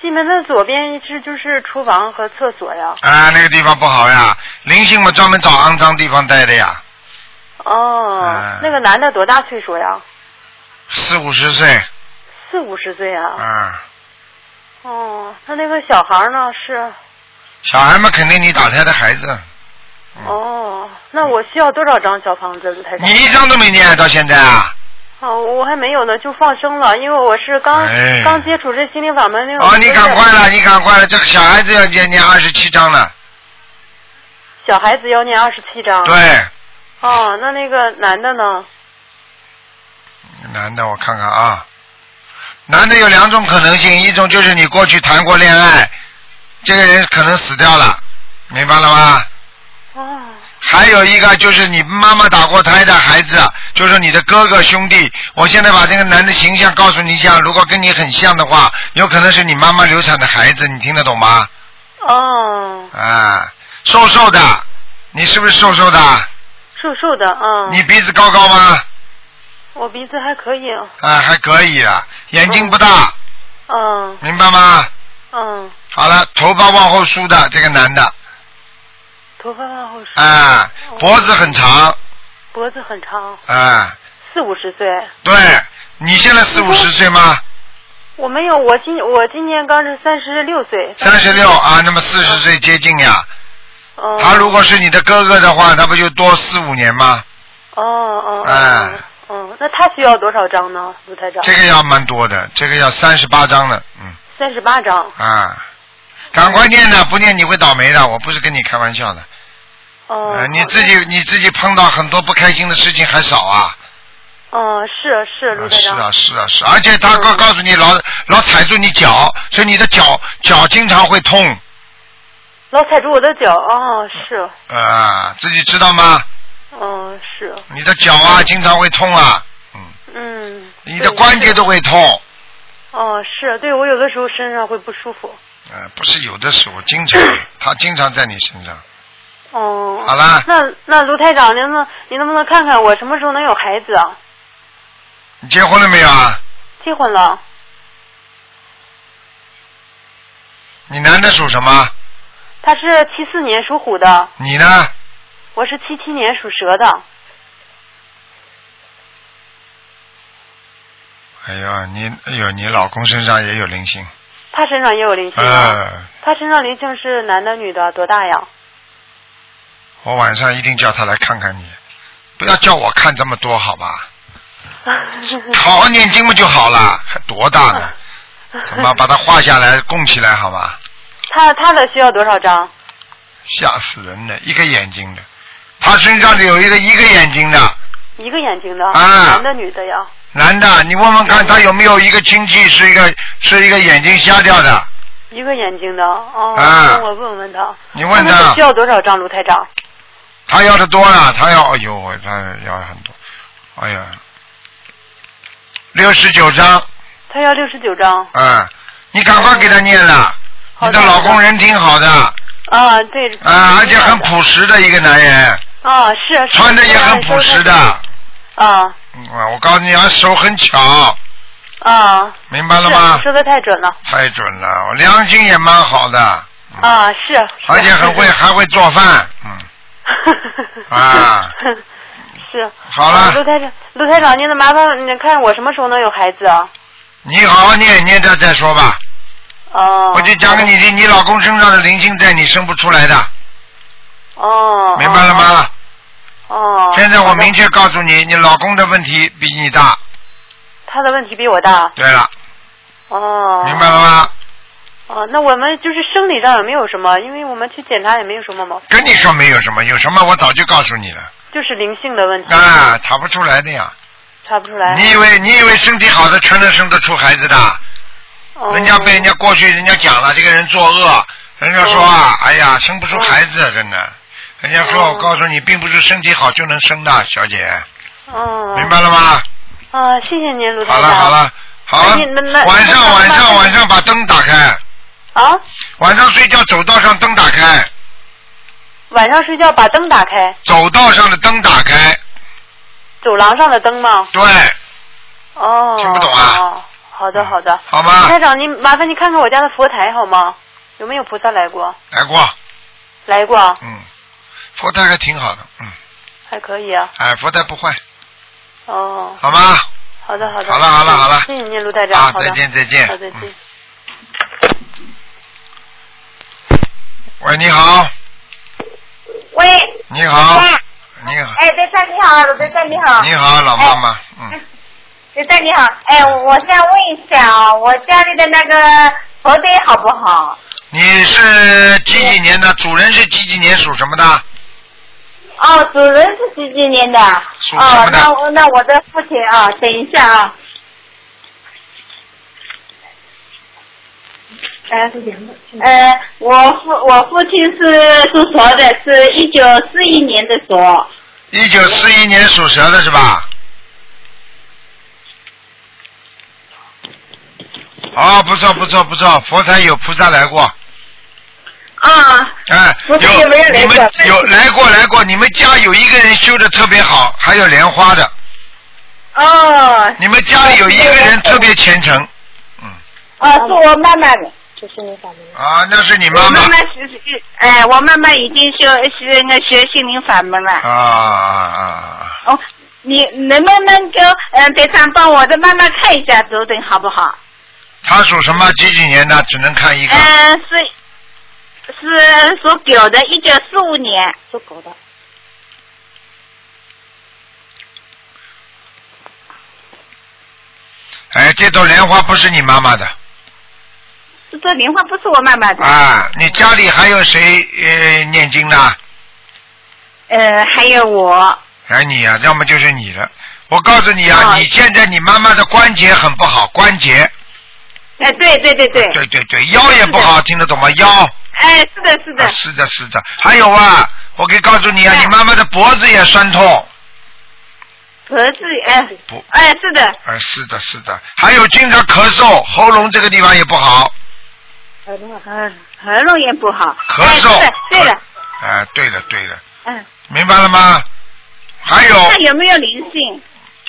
S8: 进门的左边一直就是厨房和厕所呀。
S1: 啊，那个地方不好呀，灵性嘛专门找肮脏地方待的呀，
S8: 哦，
S1: 哎
S8: 那个男的多大岁数呀？
S1: 四五十岁，
S8: 四五十岁啊。
S1: 啊，
S8: 哦，那那个小孩呢？是
S1: 小孩们肯定你打胎的孩子，
S8: 哦，那我需要多少张小房子 才
S1: 嗯你一张都没念到现在啊？
S8: 哦，我还没有呢，就放生了，因为我是刚、
S1: 哎
S8: 刚接触这心灵法门那个。
S1: 哦，你赶快了，你赶快了，这个小孩子要念念二十七章了，
S8: 小孩子要念二十七章。。
S1: 对，
S8: 哦，那那个男的呢？
S1: 男的我看看啊，男的有两种可能性，一种就是你过去谈过恋爱，这个人可能死掉了，明白了吗？
S8: 哦，
S1: 还有一个就是你妈妈打过胎的孩子，就是你的哥哥兄弟。我现在把这个男的形象告诉你一下，如果跟你很像的话，有可能是你妈妈流产的孩子，你听得懂吗？
S8: 哦，
S1: 啊，瘦瘦的，你是不是瘦瘦的？
S8: 瘦瘦的，嗯，
S1: 你鼻子高高吗？
S8: 我鼻子还可以，
S1: 啊，还可以啊，眼睛不大，
S8: 嗯
S1: 明白吗？
S8: 嗯，
S1: 好了，头发往后梳的这个男的，
S8: 头发往后梳，
S1: 啊，脖子很长，
S8: 脖子很长，
S1: 啊，
S8: 四五十岁。
S1: 对，你现在四五十岁吗？
S8: 我没有，我今我今年刚是三十六岁。
S1: 三十六啊，那么四十岁接近呀、
S8: 哦。
S1: 他如果是你的哥哥的话，他不就多四五年吗？
S8: 哦哦。
S1: 哎
S8: 哦哦，那他需要多少张呢，卢台长？
S1: 这个要蛮多的，这个要三十八张的，嗯
S8: 三十八张。
S1: 啊，赶快念的，不念你会倒霉的，我不是跟你开玩笑的。
S8: 哦。
S1: 呃，你
S8: 好的
S1: 自。己你自己碰到很多不开心的事情还少啊？
S8: 嗯，是是，卢
S1: 啊
S8: 台
S1: 是
S8: 长。
S1: 啊是啊是啊，而且他告告诉你老老踩住你脚，所以你的脚脚经常会痛，
S8: 老踩住我的脚，哦，是，
S1: 啊，自己知道吗？
S8: 嗯，是，
S1: 你的脚啊经常会痛啊，嗯，
S8: 嗯。
S1: 你
S8: 对
S1: 的关节。
S8: 是
S1: 都会痛，
S8: 哦，是对，我有的时候身上会不舒服。
S1: 呃，不是有的时候经常，他经常在你身上。
S8: 哦。
S1: 好啦
S8: 那那卢台长，您能您能不能看看我什么时候能有孩子啊？
S1: 你结婚了没有啊？
S8: 结婚了，
S1: 你男的属什么？
S8: 他是七四年属虎的，
S1: 你呢？
S8: 我是七七年属蛇的。
S1: 哎呦，你哎呦，你老公身上也有灵性，
S8: 他身上也有灵性啊。
S1: 呃，
S8: 他身上灵性是男的女的，多大呀？
S1: 我晚上一定叫他来看看你，不要叫我看这么多，好吧？好好念经不就好了？还多大呢？怎么把它画下来供起来好吧？
S8: 他他的需要多少张？
S1: 吓死人了，一个眼睛的，他身上有一个一个眼睛的，
S8: 一个眼睛的，
S1: 啊
S8: 男的女的呀？
S1: 男的，你问问看他有没有一个亲戚是一个是一个眼睛瞎掉的？
S8: 一个眼睛的哦，
S1: 啊
S8: 那我问问他，
S1: 你问
S8: 他那
S1: 他
S8: 个需要多少张，卢台长？
S1: 他要的多了，他要，哎呦喂，他要很多，哎呀，六十九张，
S8: 他要六十九张
S1: 嗯，你赶快给他念了，
S8: 好
S1: 你
S8: 的
S1: 的老公人挺好的，
S8: 啊，对，
S1: 啊，而且很朴实的一个男人，
S8: 啊，是是
S1: 穿的也很朴实的，
S8: 啊
S1: 嗯啊，我告诉你啊，手很巧，
S8: 啊，
S1: 明白了
S8: 是
S1: 吗
S8: 你？说的太准了
S1: 太准了，我良心也蛮好的，嗯
S8: 啊，是，是
S1: 而且很会，还会做饭， 嗯，啊，
S8: 是
S1: 好
S8: 啊
S1: 了
S8: 卢，台长，卢台长，您能麻烦你看我什么时候能有孩子啊？
S1: 你好好念念着再说吧。
S8: 哦，
S1: 我就讲给你听，你老公身上的灵性在你生不出来的，
S8: 哦，
S1: 明白了吗？
S8: 哦？哦，
S1: 现在我
S8: 好的
S1: 明确告诉你，你老公的问题比你大。
S8: 他的问题比我大，
S1: 对了，
S8: 哦，
S1: 明白了吗？
S8: 哦，那我们就是生理上也没有什么，因为我们去检查也没有什么毛病，
S1: 跟你说没有什么，有什么我早就告诉你了。
S8: 就是灵性的问题，
S1: 啊，查不出来的呀。
S8: 查不出来。
S1: 你以为你以为身体好的全能生得出孩子的？
S8: 哦
S1: 人家被人家过去人家讲了，这个人作恶，人家说啊，哎呀，生不出孩子，啊真的。人家说，
S8: 哦
S1: 我告诉你，并不是身体好就能生的，小姐，
S8: 哦，
S1: 明白了吗？
S8: 啊，谢谢您，卢台
S1: 好
S8: 长。
S1: 了好了，好
S8: 哎你那那，
S1: 晚上
S8: 那
S1: 晚
S8: 那
S1: 上晚上把灯打开，
S8: 啊，
S1: 晚上睡觉走道上灯打开，
S8: 晚上睡觉把灯打开，
S1: 走道上的灯打开，
S8: 走廊上的灯吗？
S1: 对，
S8: 哦，
S1: 听不懂啊
S8: 哦，好的好的，
S1: 好
S8: 卢
S1: 吗
S8: 台？长，您麻烦您看看我家的佛台好吗？有没有菩萨来过？
S1: 来过，
S8: 来过，啊
S1: 嗯，佛台还挺好的，嗯，
S8: 还可以啊。
S1: 哎，佛台不坏，
S8: 哦，
S1: 好吗？
S8: 好的好的。
S1: 好了好了好了
S8: 谢谢您，卢台长。
S1: 啊，
S8: 好的
S1: 再见再见，
S8: 好再见
S1: 嗯。喂，你好，
S7: 喂，
S1: 你好，你好，
S7: 哎，队长你好，鲁队长你
S8: 啊
S7: 好，
S1: 你好，老妈
S8: 哎
S1: 妈，嗯，
S7: 队长你好，哎，我想问一下啊，我家里的那个佛队好不好？
S1: 你是几几年的？主人是几几年属什么的？
S7: 哦，主人是几几年的？
S1: 属什
S7: 哦
S1: 么，的
S7: 那我那我的父亲啊，等一下啊。
S6: 呃，我父我父亲是属蛇的，是一九四一年的蛇。
S1: 一九四一年属蛇的是吧？啊、不错不错不错，佛台有菩萨来过，
S6: 啊，
S1: 哎，
S6: 菩萨有没有来
S1: 你们
S6: 过
S1: 有来过来过，你们家有一个人修的特别好，还有莲花的，
S6: 哦，
S1: 你们家里有一个人特别虔诚
S6: 哦，是我妈妈的。
S1: 啊，那是你妈
S6: 我
S1: 妈
S6: 妈妈是是，哎，我妈妈已经修是那学心灵法门了。
S1: 啊啊啊啊！
S6: 哦，你能不能够嗯，队长帮我的妈妈看一下头等好不好？
S1: 他属什么？几几年的？只能看一个。
S6: 嗯，是是属狗的，一九四五年。属狗的。
S1: 哎，这朵莲花不是你妈妈的
S6: 这朵莲花不是我妈妈的。。
S1: 啊！你家里还有谁呃念经的？
S6: 呃，还有我。
S1: 哎，你呀、要么就是你了。我告诉你啊，
S6: 哦
S1: 你现在你妈妈的关节很不好，关节，
S6: 哎，对对对对。
S1: 对对对，腰也不好，听得懂吗？腰，
S6: 哎，是的，是的。
S1: 啊是的，是的。还有啊，我可以告诉你啊，
S6: 哎
S1: 你妈妈的脖子也酸痛，
S6: 脖子，哎
S1: 不，
S6: 哎，是的，
S1: 哎，是的，是的。还有经常咳嗽，喉咙这个地方也不好，
S6: 嗯，喉咙也不好。
S1: 咳
S6: 哎，是
S1: 嗽
S6: 的，对了，
S1: 哎，对了对了，
S6: 嗯。
S1: 明白了吗？还有
S6: 那有没有灵性？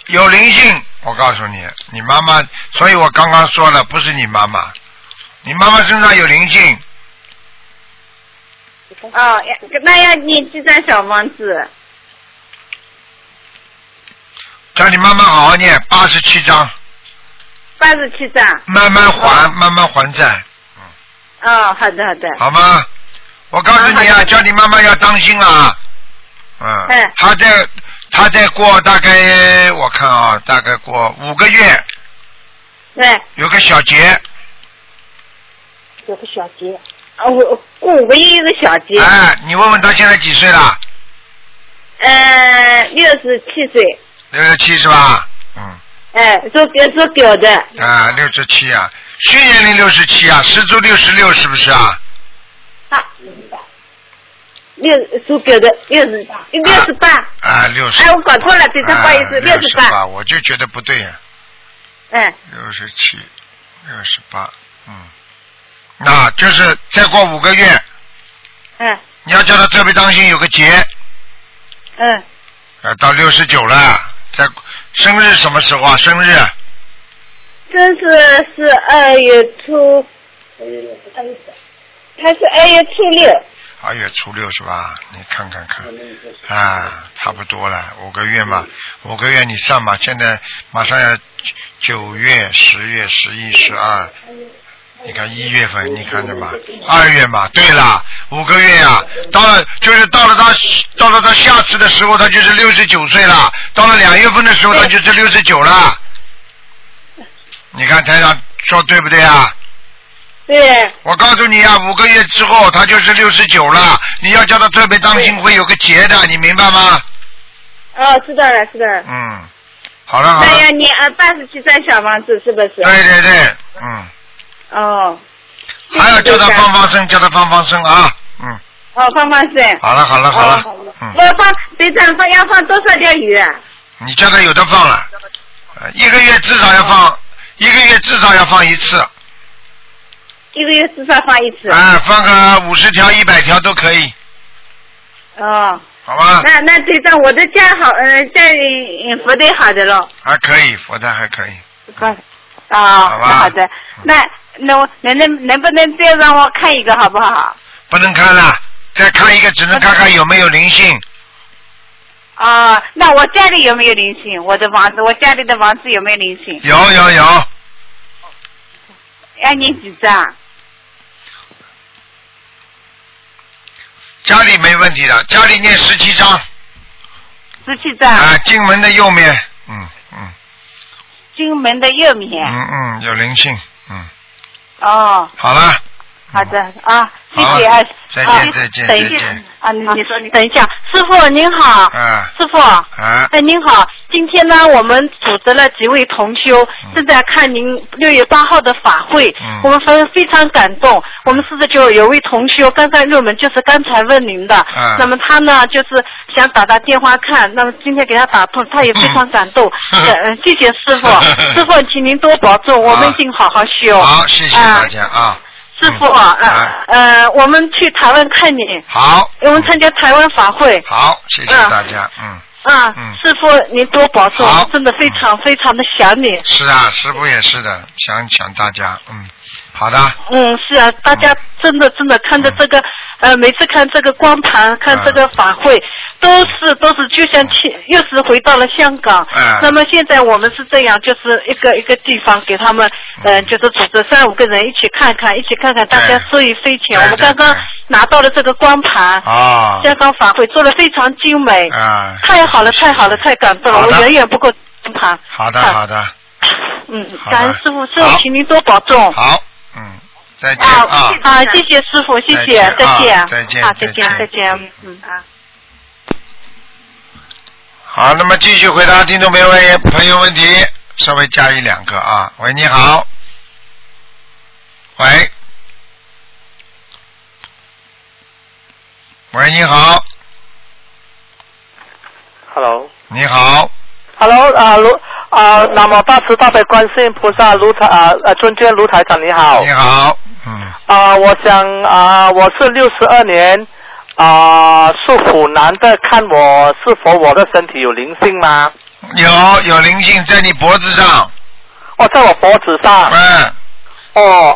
S1: 有灵性，我告诉你，你妈妈，所以我刚刚说了，不是你妈妈，你妈妈身上有灵性，
S6: 哦，要那要念几张小房子？
S1: 叫你妈妈好好念八十七章，
S6: 八十七张。
S1: 慢慢
S6: 嗯
S1: 还，慢慢还债，
S6: 哦，好的好的。
S1: 好吗？我告诉你
S6: 好
S1: 啊，
S6: 的
S1: 叫你妈妈要当心啊，嗯
S6: 嗯，
S1: 她在她再过大概我看啊，大概过五个月
S6: 对，
S1: 有个小结，
S6: 啊，我过五个月一个小节，
S1: 哎，你问问她现在几岁了？
S6: 呃，六十七岁，
S1: 六十七是吧？嗯，
S6: 哎，属狗属狗的，
S1: 啊，六十七啊，虚年龄六十七啊，实足六十六是不是啊？
S6: 六属狗的六十六十八，
S1: 啊，六十。啊
S6: 哎，我搞错了，对长，不好意思，六
S1: 十
S6: 十八，
S1: 我就觉得不对呀、
S6: 嗯，
S1: 六十七，六十八，嗯，那就是再过五个月，
S6: 嗯
S1: 你要叫他特别当心有个劫，
S6: 嗯，
S1: 啊，到六十九了，在生日什么时候啊？生日
S6: 真是是二月初，他是二月初六，
S1: 二月初六是吧？你看看看，啊，差不多了，五个月嘛，五个月你算嘛，现在马上要九月、十月、十一、十二，你看一月份，你看着吧，二月嘛，对了，五个月呀、到了就是到了他到了他下次的时候，他就是六十九岁了，到了两月份的时候，他就是六十九了，你看台长说对不对啊？
S6: 对，
S1: 我告诉你啊，五个月之后他就是六十九了，你要叫他特别当心，会有个结的，你明白吗？
S6: 哦，知道了知道了，
S1: 嗯，好了好
S6: 那要
S1: 了，
S6: 念呃八十七张小房子是不是？
S1: 对对对，嗯，
S6: 哦，
S1: 还要叫他
S6: 对
S1: 放放生，叫他放放生啊，嗯，
S6: 哦，放放生。
S1: 好了好了好了
S6: 哦，
S1: 嗯，
S6: 要放队长放要放多少条鱼啊？
S1: 你叫他有的放了，呃一个月至少要放，一个月至少要放一次，
S6: 一个月至少放一次。
S1: 哎，放个五十条、一百条都可以，
S6: 哦，
S1: 好吧？
S6: 那那队长，我的家好，呃，家里嗯福袋好的咯。
S1: 还可以，佛台还可以，
S6: 啊、
S1: 好吧
S6: 那好的，那那我能能能不能再让我看一个好不好？
S1: 不能看了，再看一个只能看看有没有灵性。
S6: 啊、那我家里有没有灵性？我的房子，我家里的房子有没有灵性？
S1: 有有有，
S6: 要念几张？
S1: 家里没问题的，家里念十七章
S6: 十七张，
S1: 啊，进门的右面，嗯嗯
S6: 金门的右面。
S1: 嗯嗯，有灵性，嗯，
S6: 哦，
S1: 好了，
S9: 好的啊，谢
S1: 好
S9: 谢
S1: 了
S9: 啊，
S1: 再
S9: 啊
S1: 见再见
S9: 等一
S1: 再
S9: 下
S1: 见
S9: 啊，你你说你等一下，师傅您好，
S1: 啊
S9: 师傅，
S1: 啊，
S9: 哎您好，今天呢我们组织了几位同修，正在看您六月八号的法会，
S1: 嗯
S9: 我们非非常感动。我们四十九有位同修刚刚入门，就是刚才问您的，
S1: 嗯
S9: 那么他呢就是想打打电话看，那么今天给他打通，他也非常感动，
S1: 嗯
S9: 感恩谢谢师 傅，师傅请您多保重，我们一定好好修。
S1: 好，谢谢
S9: 啊
S1: 大家啊，
S9: 师傅，呃
S1: 啊
S9: 呃，我们去台湾看你，
S1: 好，
S9: 我们参加台湾法会。
S1: 好，谢谢大家，嗯，
S9: 啊
S1: 嗯，
S9: 师傅您多保重
S1: 好，
S9: 真的非常非常的想你。
S1: 是啊，师傅也是的，想想大家，嗯，好的，
S9: 嗯，是啊，大家真的真的看着这个，呃，每次看这个光
S1: 嗯
S9: 盘，看这个法会，都是都是就像去又是回到了香港
S1: 嗯。
S9: 那么现在我们是这样，就是一个一个地方给他们，呃，就是组织三五个人一起看看，一起看看，大家受益匪
S1: 嗯对
S9: 浅。我们
S1: 对
S9: 刚刚
S1: 对
S9: 拿到了这个光盘，
S1: 啊
S9: 香港法会做的非常精美。
S1: 啊，
S9: 太好了，太好了，太感动了，
S1: 好
S9: 我
S1: 的
S9: 远远不够盘。啊
S1: 好的好的，
S9: 嗯，
S1: 好的
S9: 感恩师傅，师
S1: 好
S9: 傅请您多保重。
S1: 好，嗯，再见啊
S9: 啊，啊，谢谢师傅，谢谢，
S1: 再
S9: 再
S1: 见啊
S9: 见，
S1: 再见
S9: 啊，再见
S1: 再，
S9: 再
S1: 见
S9: 见，嗯啊。
S1: 好，那么继续回答听众朋友问朋友问题，稍微加一两个啊。喂，你好。喂。喂，你好，
S10: Hello。
S1: 你好，
S10: Hello 啊、卢啊、那么大慈大悲观世音菩萨卢台啊呃尊敬卢台长你好
S1: 你好，嗯，
S10: 啊、我想啊、我是六十二年啊、是湖南的，看我是否我的身体有灵性吗？
S1: 有有灵性在你脖子上，
S10: 哦，在我脖子上。
S1: 嗯，
S10: 哦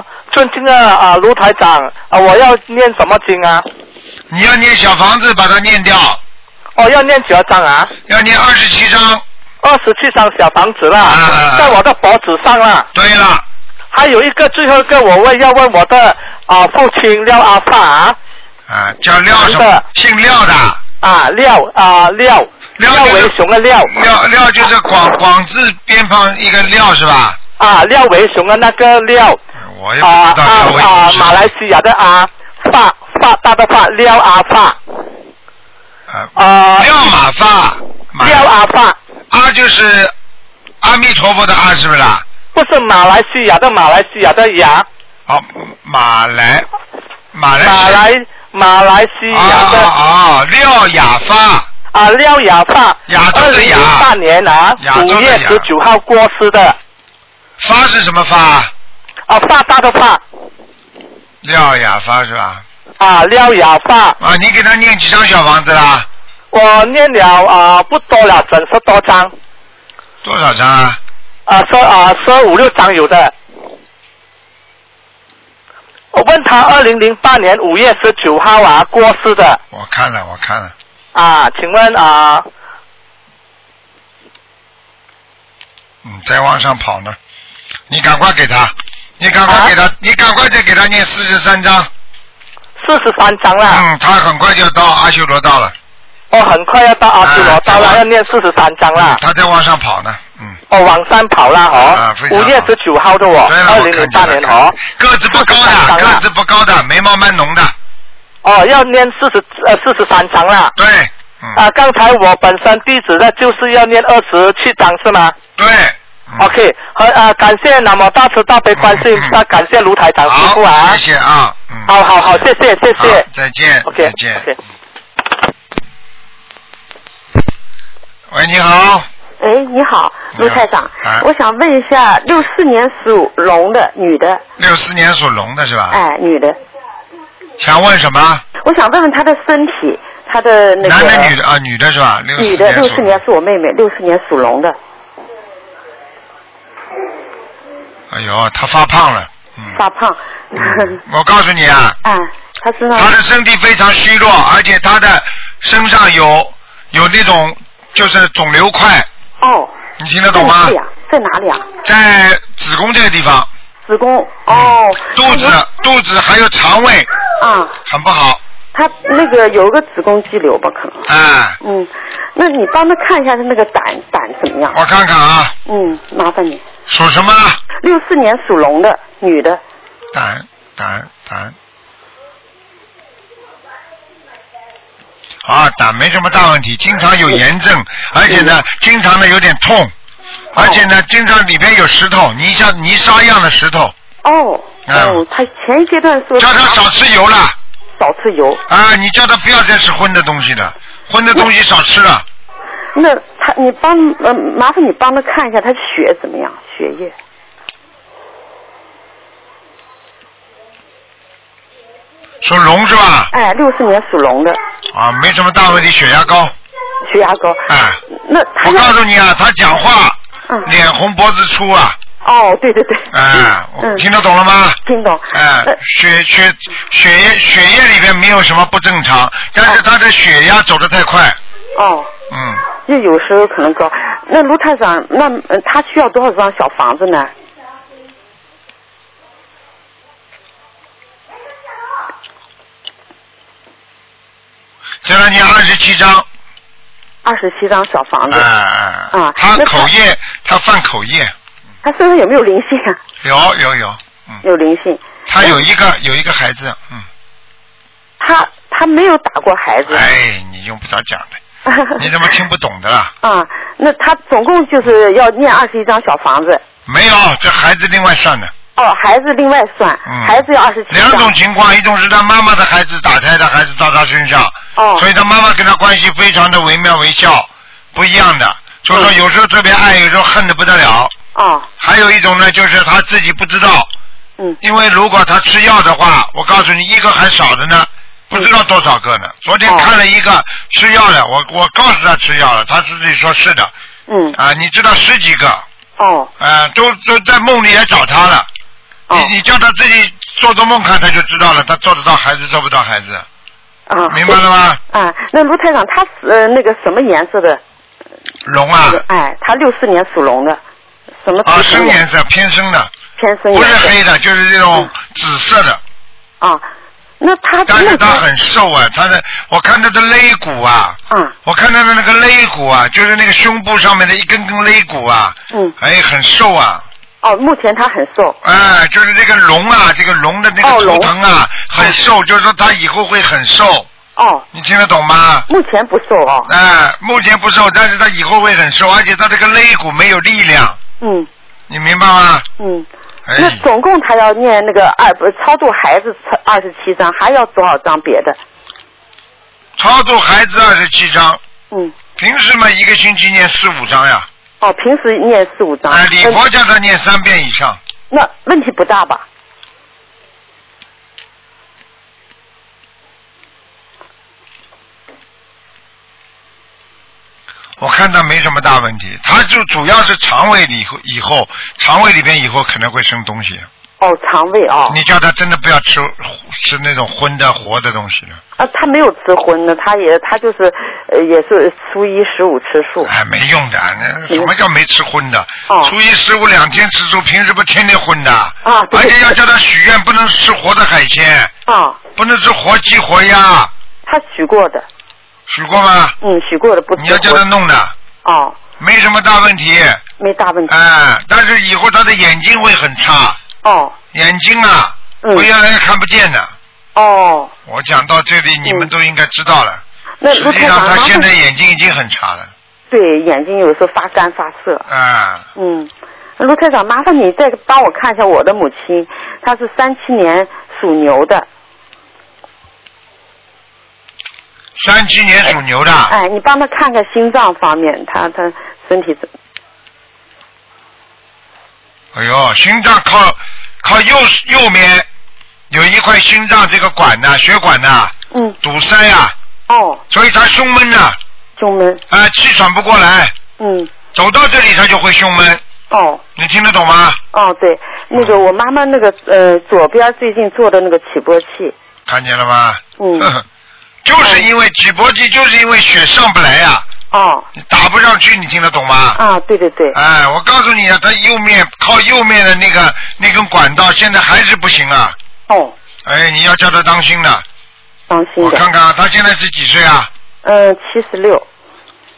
S10: 啊、尊敬的啊、卢台长啊、我要念什么经啊？
S1: 你要念小房子把它念掉，
S10: 哦，要念几多章啊？
S1: 要念二十七章。
S10: 二十七张小房子啦，
S1: 啊啊啊
S10: 在我的脖子上啦。
S1: 对了，
S10: 还有一个最后一个，我问要问我的啊、父亲廖阿发啊
S1: 啊，叫廖什么
S10: 是？
S1: 姓廖的，
S10: 啊廖啊、廖
S1: 廖
S10: 廖
S1: 就是
S10: 维雄的廖
S1: 廖廖就是广广字边旁一个廖是吧？
S10: 啊廖维雄的那个廖
S1: 我也
S10: 啊
S1: 不知道
S10: 啊
S1: 廖伟
S10: 啊
S1: 雄是
S10: 马来西亚的啊发发大的发廖阿发
S1: 啊，
S10: 啊
S1: 廖马发，马
S10: 廖阿发
S1: 阿就是阿弥陀佛的阿是不是啦？
S10: 不是马来西亚的马来西亚的牙
S1: 好，马来马来
S10: 马来马来西亚的
S1: 啊啊啊，廖雅发，
S10: 啊廖亚发
S1: 亚洲
S10: 二
S1: 的
S10: 零
S1: 亚
S10: 零八年啊
S1: 亚洲
S10: 五
S1: 的亚
S10: 月十九号过世的
S1: 发是什么发？
S10: 啊发大的发
S1: 廖雅发是吧？
S10: 啊廖亚发。
S1: 啊，你给他念几张小房子啦？
S10: 我念了啊、不多了，整十多张，
S1: 多少张啊？
S10: 啊、十啊十五六张有的。我问他二零零八年五月十九号啊过世的
S1: 我看了，我看了，
S10: 啊，请问啊
S1: 嗯，在往上跑呢。你赶快给他，你赶快
S10: 啊
S1: 给他，你赶快再给他念四十三章。
S10: 四十三张啦，
S1: 嗯，他很快就到阿修罗道了。
S10: 我、哦很快要到阿修罗道
S1: 啊
S10: 了，
S1: 好
S10: 要念四十三张
S1: 嗯，
S10: 啦
S1: 他在往上跑呢，嗯。
S10: 我、往上跑啦
S1: 啊
S10: 哦
S1: 非，常
S10: 五、
S1: 好
S10: 月十九号的我，
S1: 对了，
S10: 二
S1: 我
S10: 零零
S1: 看见
S10: 八
S1: 了
S10: 年
S1: 看
S10: 哦，
S1: 个子不高的，
S10: 43张啊
S1: 个子不高的，眉毛蛮浓的，
S10: 哦要念四十呃四十三张啦，
S1: 对，嗯，
S10: 啊刚才我本身地址的就是要念二十七张是吗？
S1: 对嗯
S10: OK，和呃，感谢南无大慈大悲观世音菩萨，感谢卢台长师傅
S1: 好，
S10: 啊
S1: 谢，谢啊，嗯，
S10: 好好好，谢谢谢
S1: 好
S10: 谢
S1: 再见，
S10: ，OK
S1: 再见
S10: OK，。
S1: 喂，你好，
S11: 哎，你好，
S1: 你好
S11: 卢台长
S1: 啊，
S11: 我想问一下，六四年属龙的女的，
S1: 六四年属龙的是吧？
S11: 哎，女的，
S1: 想问什么？
S11: 我想问问她的身体，她的那
S1: 男
S11: 个
S1: 的女的啊？女的是吧？六
S11: 女
S1: 四
S11: 的，
S1: 年
S11: 六
S1: 属
S11: 四年是我妹妹，六四年属龙的，
S1: 哎呦，她发胖了，嗯，
S11: 发胖，
S1: 嗯我告诉你啊，
S11: 哎，她身上
S1: 他的身体非常虚弱，而且他的身上有有那种就是肿瘤块，
S11: 哦，
S1: 你听得
S11: 在
S1: 懂
S11: 哪
S1: 吗
S11: 里？呀？在哪里呀？啊
S1: 在子宫这个地方，
S11: 子宫哦，
S1: 嗯肚子、肚子还有肠胃
S11: 啊，
S1: 很不好，
S11: 她那个有一个子宫肌瘤吧，可能，
S1: 哎、
S11: 嗯，那你帮她看一下她那个胆胆怎么样？
S1: 我看看啊，
S11: 嗯，麻烦你，
S1: 属什么？
S11: 六四年属龙的女的，
S1: 胆胆胆。啊，胆没什么大问题，经常有炎症，而且呢，经常呢有点痛，而且呢，经常里边有石头，泥沙泥沙样的石头。啊
S11: 哦，哦，他前一阶段说
S1: 叫他少吃油了，
S11: 少吃油。
S1: 啊，你叫他不要再吃荤的东西了，荤的东西少吃了。
S11: 那他，你帮呃，麻烦你帮他看一下他血怎么样，血液。
S1: 属龙是吧？
S11: 哎，六四年属龙的，
S1: 啊，没什么大问题，血压高。
S11: 血压高。
S1: 啊，
S11: 那嗯
S1: 我告诉你啊，他讲话、脸红脖子粗啊。
S11: 哦，对对对。嗯
S1: 啊，我听得懂了吗？
S11: 听懂。
S1: 啊，血血血液血液里边没有什么不正常，但是他的血压走得太快。
S11: 哦，
S1: 嗯，
S11: 就有时候可能高。那卢探长，那呃他需要多少张小房子呢？
S1: 叫他念二十七章。
S11: 二十七张小房子。
S1: 啊
S11: 啊，
S1: 他
S11: 那
S1: 口业，他犯口业，
S11: 他身上有没有灵性啊？
S1: 有有有，嗯，
S11: 有灵性。
S1: 他有一个有一个孩子，嗯，
S11: 他他没有打过孩子。
S1: 哎，你用不着讲的， 你怎么听不懂的啦？
S11: 啊，那他总共就是要念二十一张小房子。
S1: 没有，这孩子另外算的，
S11: 哦，孩子另外算，
S1: 嗯
S11: 孩子要二十七
S1: 两
S11: 张。
S1: 种情况，一种是他妈妈的孩子打胎的孩子到他身上，
S11: 哦
S1: 所以他妈妈跟他关系非常的惟妙惟肖，不一样的，所以说有时候特别爱，有时候恨的不得了。
S11: 嗯哦。
S1: 还有一种呢，就是他自己不知道。
S11: 嗯。
S1: 因为如果他吃药的话，我告诉你，一个还少的呢，
S11: 嗯
S1: 不知道多少个呢。昨
S11: 哦
S1: 天看了一个吃药了，我我告诉他吃药了，他自己说是的。
S11: 嗯。
S1: 啊，你知道十几个。
S11: 哦。
S1: 啊，都都在梦里来找他了。
S11: 哦。
S1: 你你叫他自己做做梦看，他就知道了，他做得到孩子做不到孩子。
S11: 啊。
S1: 明白了吗？
S11: 啊，那卢台长他是呃那个什么颜色的？
S1: 龙啊，
S11: 哎，他六四年属龙的，什么？
S1: 啊，深颜色偏深的，
S11: 偏深
S1: 不
S11: 颜色。
S1: 是黑的，就是这种紫色的。
S11: 啊，那他
S1: 但是他很瘦啊，他的我看他的肋骨啊，
S11: 嗯，
S1: 我看他的那个肋骨啊，就是那个胸部上面的一根根肋骨啊，
S11: 嗯，
S1: 哎，很瘦啊，
S11: 哦，目前他很瘦。哦
S1: 哎，就是这个龙啊，这个龙的那个图腾啊，很瘦，就是说他以后会很瘦。
S11: 哦，
S1: 你听得懂吗？
S11: 目前不瘦哦。
S1: 哎，目前不瘦，但是他以后会很瘦，而且他这个肋骨没有力量，
S11: 嗯
S1: 你明白吗？
S11: 嗯。那
S1: 哎，
S11: 总共他要念那个二不是超度孩子二十七章，还要多少张别的？
S1: 超度孩子二十七章，
S11: 嗯，
S1: 平时嘛一个星期念四五章呀，
S11: 哦，平时念四五张。
S1: 哎，礼
S11: 嗯
S1: 佛叫他念三遍以上。
S11: 那问题不大吧？
S1: 我看他没什么大问题，他就主要是肠胃里以后以后，肠胃里边以后可能会生东西。
S11: 哦，肠胃啊、
S1: 你叫他真的不要吃吃那种荤的活的东西了，
S11: 啊，他没有吃荤的，他也他就是呃也是初一十五吃素。
S1: 哎，没用的。那什么叫没吃荤的？
S11: 哦
S1: 初一十五两天吃素，平时不天天荤的。
S11: 啊对
S1: 而且要叫他许愿，不能吃活的海鲜，
S11: 啊，
S1: 不能吃活鸡活鸭，
S11: 他许过的，
S1: 许过吗？
S11: 嗯，许过的不吃活。
S1: 你要叫他弄的，
S11: 哦，
S1: 没什么大问题。
S11: 没大问题。
S1: 哎，但是以后他的眼睛会很差，
S11: 哦
S1: 眼睛啊，
S11: 嗯
S1: 我原来看不见的。
S11: 哦，嗯
S1: 我讲到这里，你们都应该知道了。
S11: 那
S1: 实
S11: 卢
S1: 际
S11: 台
S1: 上，
S11: 长，
S1: 他
S11: 麻
S1: 现
S11: 烦
S1: 在眼睛已经很差了。
S11: 对眼睛有时候发干发涩。
S1: 啊，
S11: 嗯，卢台长，麻烦你再帮我看一下我的母亲，她是三七年属牛的。
S1: 三七年属牛的，
S11: 哎，你帮她看看心脏方面，她她身体怎？
S1: 哎呦，心脏靠靠右右面有一块心脏这个管呐、血管呐、
S11: 嗯，
S1: 堵塞呀、
S11: 哦，
S1: 所以他胸闷呐、啊，
S11: 胸闷。
S1: 气喘不过来，
S11: 嗯，
S1: 走到这里他就会胸闷，
S11: 哦
S1: 你听得懂吗？
S11: 哦，对，那个我妈妈那个呃左边最近做的那个起搏器，
S1: 看见了吗？
S11: 嗯
S1: 呵呵 就是因为起搏器，就是因为血上不来呀、
S11: 哦
S1: 你打不上去，你听得懂吗？
S11: 啊，对对对，
S1: 哎，我告诉你啊，他右面靠右面的那个那根管道现在还是不行啊。
S11: 哦，
S1: 哎，你要叫他当心了。
S11: 当心
S1: 我
S11: 点。
S1: 看看啊，他现在是几岁啊？
S11: 呃，七十六，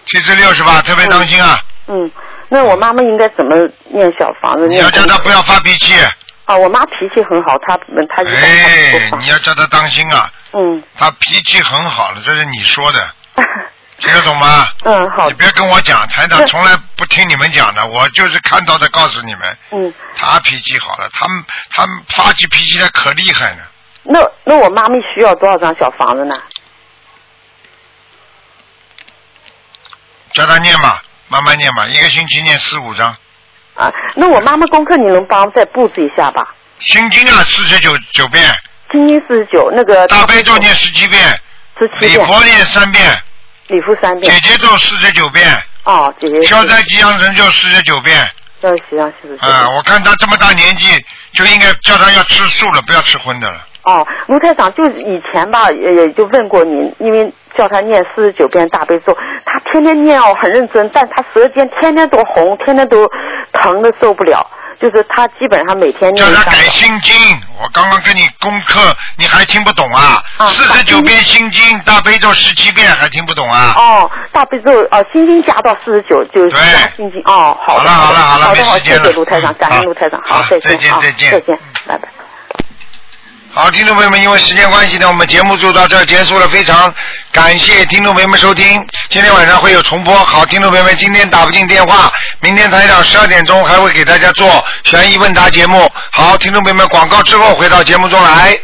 S1: 七十六是
S11: 嗯
S1: 吧？特别当心啊！
S11: 嗯，那我妈妈应该怎么念小房子？
S1: 你
S11: 念
S1: 要叫
S11: 功
S1: 他不要发脾气，
S11: 课啊，我妈脾气很好，她嗯她 一般
S1: 哎，你要叫他当心啊，
S11: 嗯
S1: 他脾气很好了，这是你说 的，听得懂吗？
S11: 嗯好
S1: 你别跟我讲，台长从来不听你们讲的，我就是看到的告诉你们，
S11: 嗯，
S1: 他脾气好了，他们他们发起脾气来可厉害呢，
S11: 那那我妈咪需要多少张小房子呢？
S1: 叫他念吧，慢慢念吧，一个星期念四五章，
S11: 啊，那我妈妈功课你能帮再布置一下吧？
S1: 心经啊四十九九遍，
S11: 今天四十九，那个
S1: 大悲咒念十七遍，
S11: 十
S1: 礼
S11: 七遍，
S1: 佛念三遍，
S11: 礼佛三遍
S1: 姐，姐咒四十九遍，
S11: 哦，姐姐，
S1: 消灾吉祥神咒四十九遍，
S11: 要行要行，
S1: 啊、我看他这么大年纪，就应该叫他要吃素了，不要吃荤的了。
S11: 哦，卢台长，就以前吧，也也就问过您，因为叫他念四十九遍大悲咒，他天天念哦，很认真，但他舌尖天天都红，天天都疼的受不了，就是他基本上每天念
S1: 叫
S11: 一
S1: 他
S11: 张
S1: 改心经，我刚刚跟你功课，你还听不懂啊？四十九遍心经，大悲咒十七遍，还听不懂啊？
S11: 哦，大悲咒哦，心经加到四十九就是加心经哦，好的好的好的好的，好谢谢卢台长，感恩卢台长，嗯好，再见，再见，再见，再见，拜拜。
S1: 好，听众朋友们，因为时间关系呢，我们节目就到这儿结束了。非常感谢听众朋友们收听，今天晚上会有重播。好，听众朋友们，今天打不进电话，明天台长十二点钟还会给大家做悬疑问答节目。好，听众朋友们，广告之后回到节目中来。